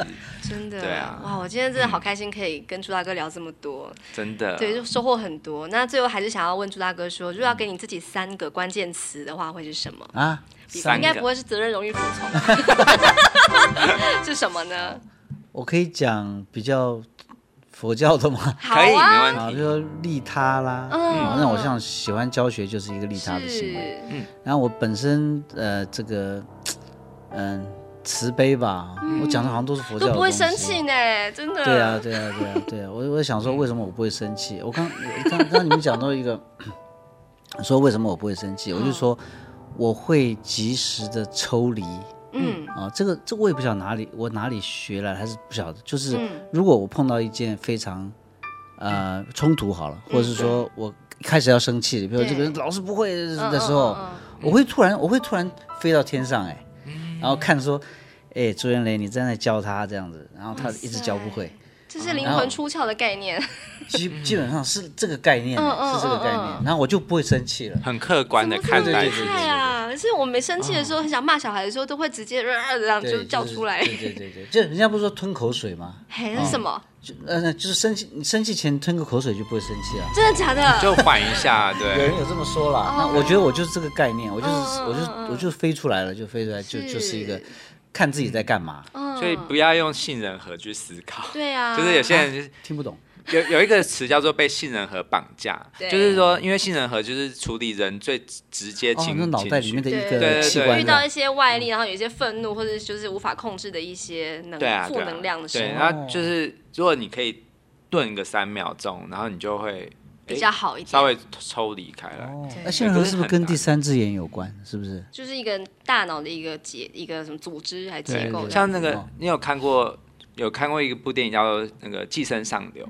Speaker 3: 真的，
Speaker 2: 对啊
Speaker 3: 哇，我今天真的好开心，可以跟朱大哥聊这么多，
Speaker 2: 真的，
Speaker 3: 对，就收获很多。那最后还是想要问朱大哥说，如果要给你自己三个关键词的话，会是什么？
Speaker 1: 啊，
Speaker 3: 比
Speaker 2: 三
Speaker 3: 应该
Speaker 2: 个
Speaker 3: 不会是责任、荣誉、服从吧， 是什么呢？
Speaker 1: 我可以讲比较佛教的吗？
Speaker 3: 好
Speaker 2: 可以，
Speaker 3: 啊，
Speaker 2: 没
Speaker 1: 啊，就
Speaker 2: 问题，
Speaker 1: 说利他啦，
Speaker 3: 嗯
Speaker 1: 啊那我像喜欢教学就是一个利他的行为。嗯
Speaker 3: 是，
Speaker 1: 然后我本身呃这个嗯、慈悲吧，我讲的好像都是佛教
Speaker 3: 嗯都
Speaker 1: 的
Speaker 3: 不会
Speaker 1: 东
Speaker 3: 生
Speaker 1: 西
Speaker 3: 气呢，真 的。
Speaker 1: 对啊，对啊，对啊，对啊！我我想说，
Speaker 3: 嗯
Speaker 1: 为什么我不会生气？我刚刚刚你们讲到一个，说为什么我不会生
Speaker 3: 嗯
Speaker 1: 气，我就说我会及时的抽离
Speaker 3: 嗯
Speaker 1: 啊。这个这个我也不晓得哪里我哪里学来，还是不晓得。就是
Speaker 3: 嗯
Speaker 1: 如果我碰到一件非常呃冲突好了，或者是说我开始要生气，比如说
Speaker 3: 嗯对
Speaker 1: 这个人老是不会
Speaker 3: 嗯
Speaker 1: 的时候
Speaker 3: 嗯嗯嗯，嗯
Speaker 1: 我会突然我会突然飞到天上哎，然后看说。哎，朱元雷，你正在教他这样子，然后他一直教不会，
Speaker 3: 这是灵魂出窍的概念，
Speaker 1: 基基本上是这个概念，
Speaker 3: 嗯嗯
Speaker 1: 是这个概念，
Speaker 3: 嗯嗯
Speaker 1: 然后我就不会生气了。
Speaker 2: 很客观的
Speaker 3: 怎么
Speaker 2: 嗯看
Speaker 3: 这么
Speaker 2: 待
Speaker 3: 厉
Speaker 2: 自
Speaker 3: 害
Speaker 2: 己，
Speaker 3: 啊！是我没生气的时候，很想骂小孩的时候，都会直接呃这样
Speaker 1: 哦对
Speaker 3: 就叫出来。
Speaker 1: 是对嗯对对对，就人家不是说吞口水吗？
Speaker 3: 嘿，那是什么？
Speaker 1: 就呃，就是生气，你生气前吞个口水就不会生气了。啊
Speaker 3: 真的假的？
Speaker 2: 就缓 一下，
Speaker 1: 有
Speaker 2: 对
Speaker 1: 人有这么说啦，那我觉得我就是这个概念，我就是我
Speaker 3: 哦嗯
Speaker 1: 就我就飞出来了，就飞出来就是就是一个看自己在干嘛，
Speaker 3: 嗯，
Speaker 2: 所以不要用杏仁核去思考。
Speaker 3: 对 啊，
Speaker 2: 就是有些人就是
Speaker 1: 听不懂。
Speaker 2: 有有一个词叫做被杏仁核绑架，
Speaker 3: 对
Speaker 2: 就是说，因为杏仁核就是处理人最直接
Speaker 1: 哦
Speaker 2: 情，
Speaker 1: 那脑袋里面
Speaker 2: 情绪
Speaker 1: 的一
Speaker 3: 对对
Speaker 1: 个
Speaker 2: 对
Speaker 1: 器
Speaker 3: 遇
Speaker 2: 关
Speaker 1: 官啊
Speaker 2: 的
Speaker 3: 到
Speaker 1: 的
Speaker 3: 一些外力，然后有一些愤怒或者就是无法控制的一些能
Speaker 2: 对啊
Speaker 3: 负能量的时
Speaker 2: 对，
Speaker 3: 候，
Speaker 2: 然后就是如果你可以顿个三秒钟，然后你就会诶
Speaker 3: 比较好一点
Speaker 2: 稍。微抽离开来。
Speaker 1: 哦
Speaker 3: 对
Speaker 1: 那杏仁核是不是跟第三只眼有关？是不是？
Speaker 3: 就是一个大脑的一个结，一个什么组织还是结
Speaker 1: 对
Speaker 3: 构
Speaker 1: 对
Speaker 3: 这样
Speaker 2: 像那个
Speaker 1: 哦，
Speaker 2: 你有看过有看过一部电影叫做那个《寄生上流》？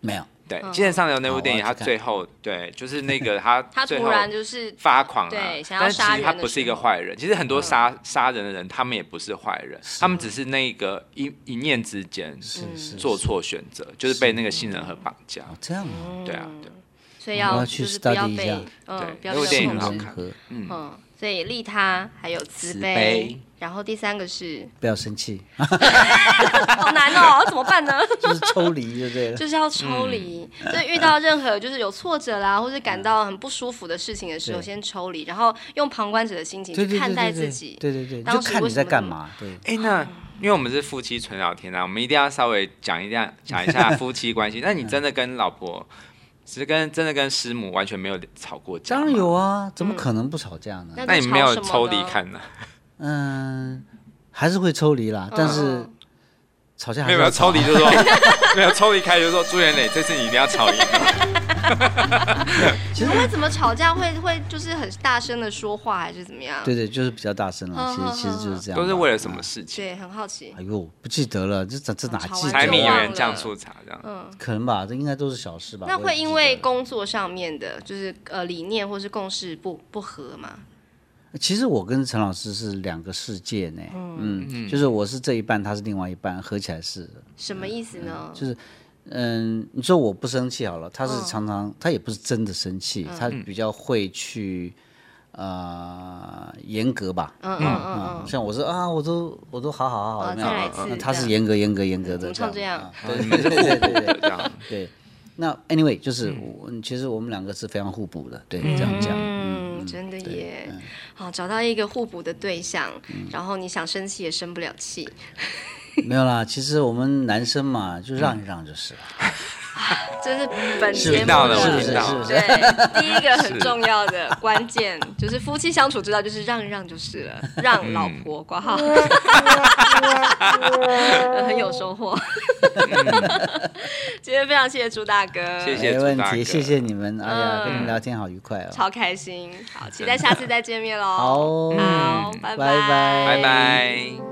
Speaker 1: 没有，哦
Speaker 2: 对，
Speaker 3: 嗯
Speaker 2: 《寄生上流》那
Speaker 1: 好
Speaker 2: 部
Speaker 1: 哦我
Speaker 2: 电影，
Speaker 1: 要
Speaker 2: 它
Speaker 1: 去看
Speaker 2: 最后对，就是那个 他
Speaker 3: 他
Speaker 2: 最
Speaker 3: 突
Speaker 2: 后
Speaker 3: 然就是
Speaker 2: 发狂了、
Speaker 3: 对想要
Speaker 2: 但是其
Speaker 3: 杀
Speaker 2: 实
Speaker 3: 人
Speaker 2: 他
Speaker 3: 的
Speaker 2: 不是一
Speaker 3: 时
Speaker 2: 个
Speaker 3: 候
Speaker 2: 坏人。其实很多杀
Speaker 1: 嗯
Speaker 2: 杀人的人，他们也不是坏人，他们只是那个一一念之间
Speaker 1: 是是
Speaker 2: 做错选择，就是被那个信任和绑架。
Speaker 1: 哦这样啊，
Speaker 3: 嗯
Speaker 2: 对啊，对，
Speaker 3: 所以
Speaker 1: 我
Speaker 3: 要
Speaker 1: 要
Speaker 3: 就
Speaker 1: 去
Speaker 3: 是不要
Speaker 1: study 一
Speaker 3: 被
Speaker 1: 下
Speaker 3: 嗯
Speaker 2: 对
Speaker 3: 不要
Speaker 2: 那部
Speaker 3: 被
Speaker 2: 电影
Speaker 1: 杏
Speaker 3: 控
Speaker 2: 很好
Speaker 1: 仁
Speaker 3: 制
Speaker 2: 看
Speaker 1: 核
Speaker 3: 嗯，所以利他还有慈
Speaker 2: 慈悲
Speaker 3: 然后第三个是
Speaker 1: 不要生气，
Speaker 3: 好难 哦，怎么办呢？
Speaker 1: 就是抽离就对了。
Speaker 3: 就是要抽离，
Speaker 2: 嗯
Speaker 3: 所以遇到任何就是有挫折啦，或者感到很不舒服的事情的时候，
Speaker 1: 对
Speaker 3: 先抽离，然后用旁观者的心情
Speaker 1: 对
Speaker 3: 去
Speaker 1: 对
Speaker 3: 看
Speaker 1: 对
Speaker 3: 待
Speaker 1: 对
Speaker 3: 自
Speaker 1: 对
Speaker 3: 己。
Speaker 1: 对对对，你
Speaker 3: 当
Speaker 1: 就
Speaker 3: 时
Speaker 1: 看
Speaker 3: 为
Speaker 1: 你
Speaker 3: 什
Speaker 1: 在
Speaker 3: 么
Speaker 1: 干
Speaker 3: 怎么
Speaker 1: 嘛。对，
Speaker 2: 哎、那因为我们是夫妻纯聊天啊，我们一定要稍微讲一下讲一下夫妻 关系。那你真的跟老婆，其实跟真的跟师母完全没有吵过架？
Speaker 1: 当然。有啊，
Speaker 3: 嗯
Speaker 1: 怎么可能不吵架呢？
Speaker 2: 那
Speaker 3: 都
Speaker 2: 你没
Speaker 3: 吵
Speaker 2: 有
Speaker 3: 什么
Speaker 2: 抽离
Speaker 3: 呢
Speaker 2: 看呢？
Speaker 1: 嗯，还是会抽离啦，但是
Speaker 3: 嗯
Speaker 1: 吵架还是
Speaker 2: 没有没有
Speaker 1: 要
Speaker 2: 抽
Speaker 1: 吵
Speaker 2: 离，就说 没有抽离开，就说朱元磊，这次你一定要吵赢。
Speaker 1: 其实
Speaker 3: 你们会怎么吵架？会会就是很大声的说话，还是怎么样？
Speaker 1: 对对，就是比较大声啦。
Speaker 3: 嗯
Speaker 1: 其实其实就是这样，
Speaker 2: 都是为了什么？事情？
Speaker 3: 对，很好奇。
Speaker 1: 哎呦，不记得了，这这这哪
Speaker 3: 嗯吵
Speaker 1: 记得
Speaker 3: 完
Speaker 2: 柴
Speaker 3: 就
Speaker 2: 米
Speaker 3: 忘
Speaker 2: 油
Speaker 1: 啊？
Speaker 2: 盐酱醋茶这样。
Speaker 1: 可能吧，这应该都是小事吧。
Speaker 3: 那
Speaker 1: 我也不
Speaker 3: 会
Speaker 1: 记
Speaker 3: 因
Speaker 1: 得
Speaker 3: 为
Speaker 1: 了
Speaker 3: 工作上面的，就是呃理念或是共识不不合吗？
Speaker 1: 其实我跟陈老师是两个世界呢，嗯，就是我是这一半，他是另外一半，合起来是
Speaker 3: 什么意思呢？
Speaker 1: 就是，嗯，你说我不生气好了，他是
Speaker 3: 嗯
Speaker 1: 常常、他也不是真的生气，他比较会去，呃，严格吧，
Speaker 3: 嗯嗯嗯
Speaker 1: 啊、
Speaker 3: 嗯，
Speaker 1: 像我是啊，我都我都好好好好，
Speaker 3: 哦
Speaker 1: 怎么
Speaker 3: 再来
Speaker 1: 样
Speaker 3: 一次
Speaker 1: 那他
Speaker 3: 这
Speaker 1: 是
Speaker 3: 样
Speaker 1: 严格严格严格的
Speaker 3: 怎么唱这样
Speaker 1: 啊
Speaker 2: 哦
Speaker 1: 对
Speaker 2: 你们是
Speaker 1: 对对对对
Speaker 2: 这样，
Speaker 1: 对。那 anyway 就是我，其实我们两个是非常互补的，对，这样讲。
Speaker 3: 嗯，真的耶，好找到一个互补的对象，然后你想生气也生不了气，
Speaker 1: 没有啦，其实我们男生嘛，就让一让就是了。
Speaker 3: 这是本
Speaker 1: 是
Speaker 3: 节目
Speaker 2: 听到了
Speaker 3: 的
Speaker 2: 我听到了
Speaker 3: 对，第一个很重要的关键就是夫妻相处之道，就是让一让就是了，让老
Speaker 2: 嗯
Speaker 3: 婆挂号，很有收获。 今天非常谢谢朱大哥，
Speaker 2: 嗯谢谢
Speaker 1: 没
Speaker 2: 朱
Speaker 1: 问
Speaker 2: 大
Speaker 1: 题，
Speaker 2: 哥
Speaker 1: 谢谢你们，哎呀，跟你
Speaker 3: 嗯
Speaker 1: 们聊天好愉快哦。
Speaker 3: 超开心，好，期待下次再见面喽。
Speaker 1: 好，
Speaker 3: 好，
Speaker 1: 嗯拜拜
Speaker 3: 拜
Speaker 2: 拜拜。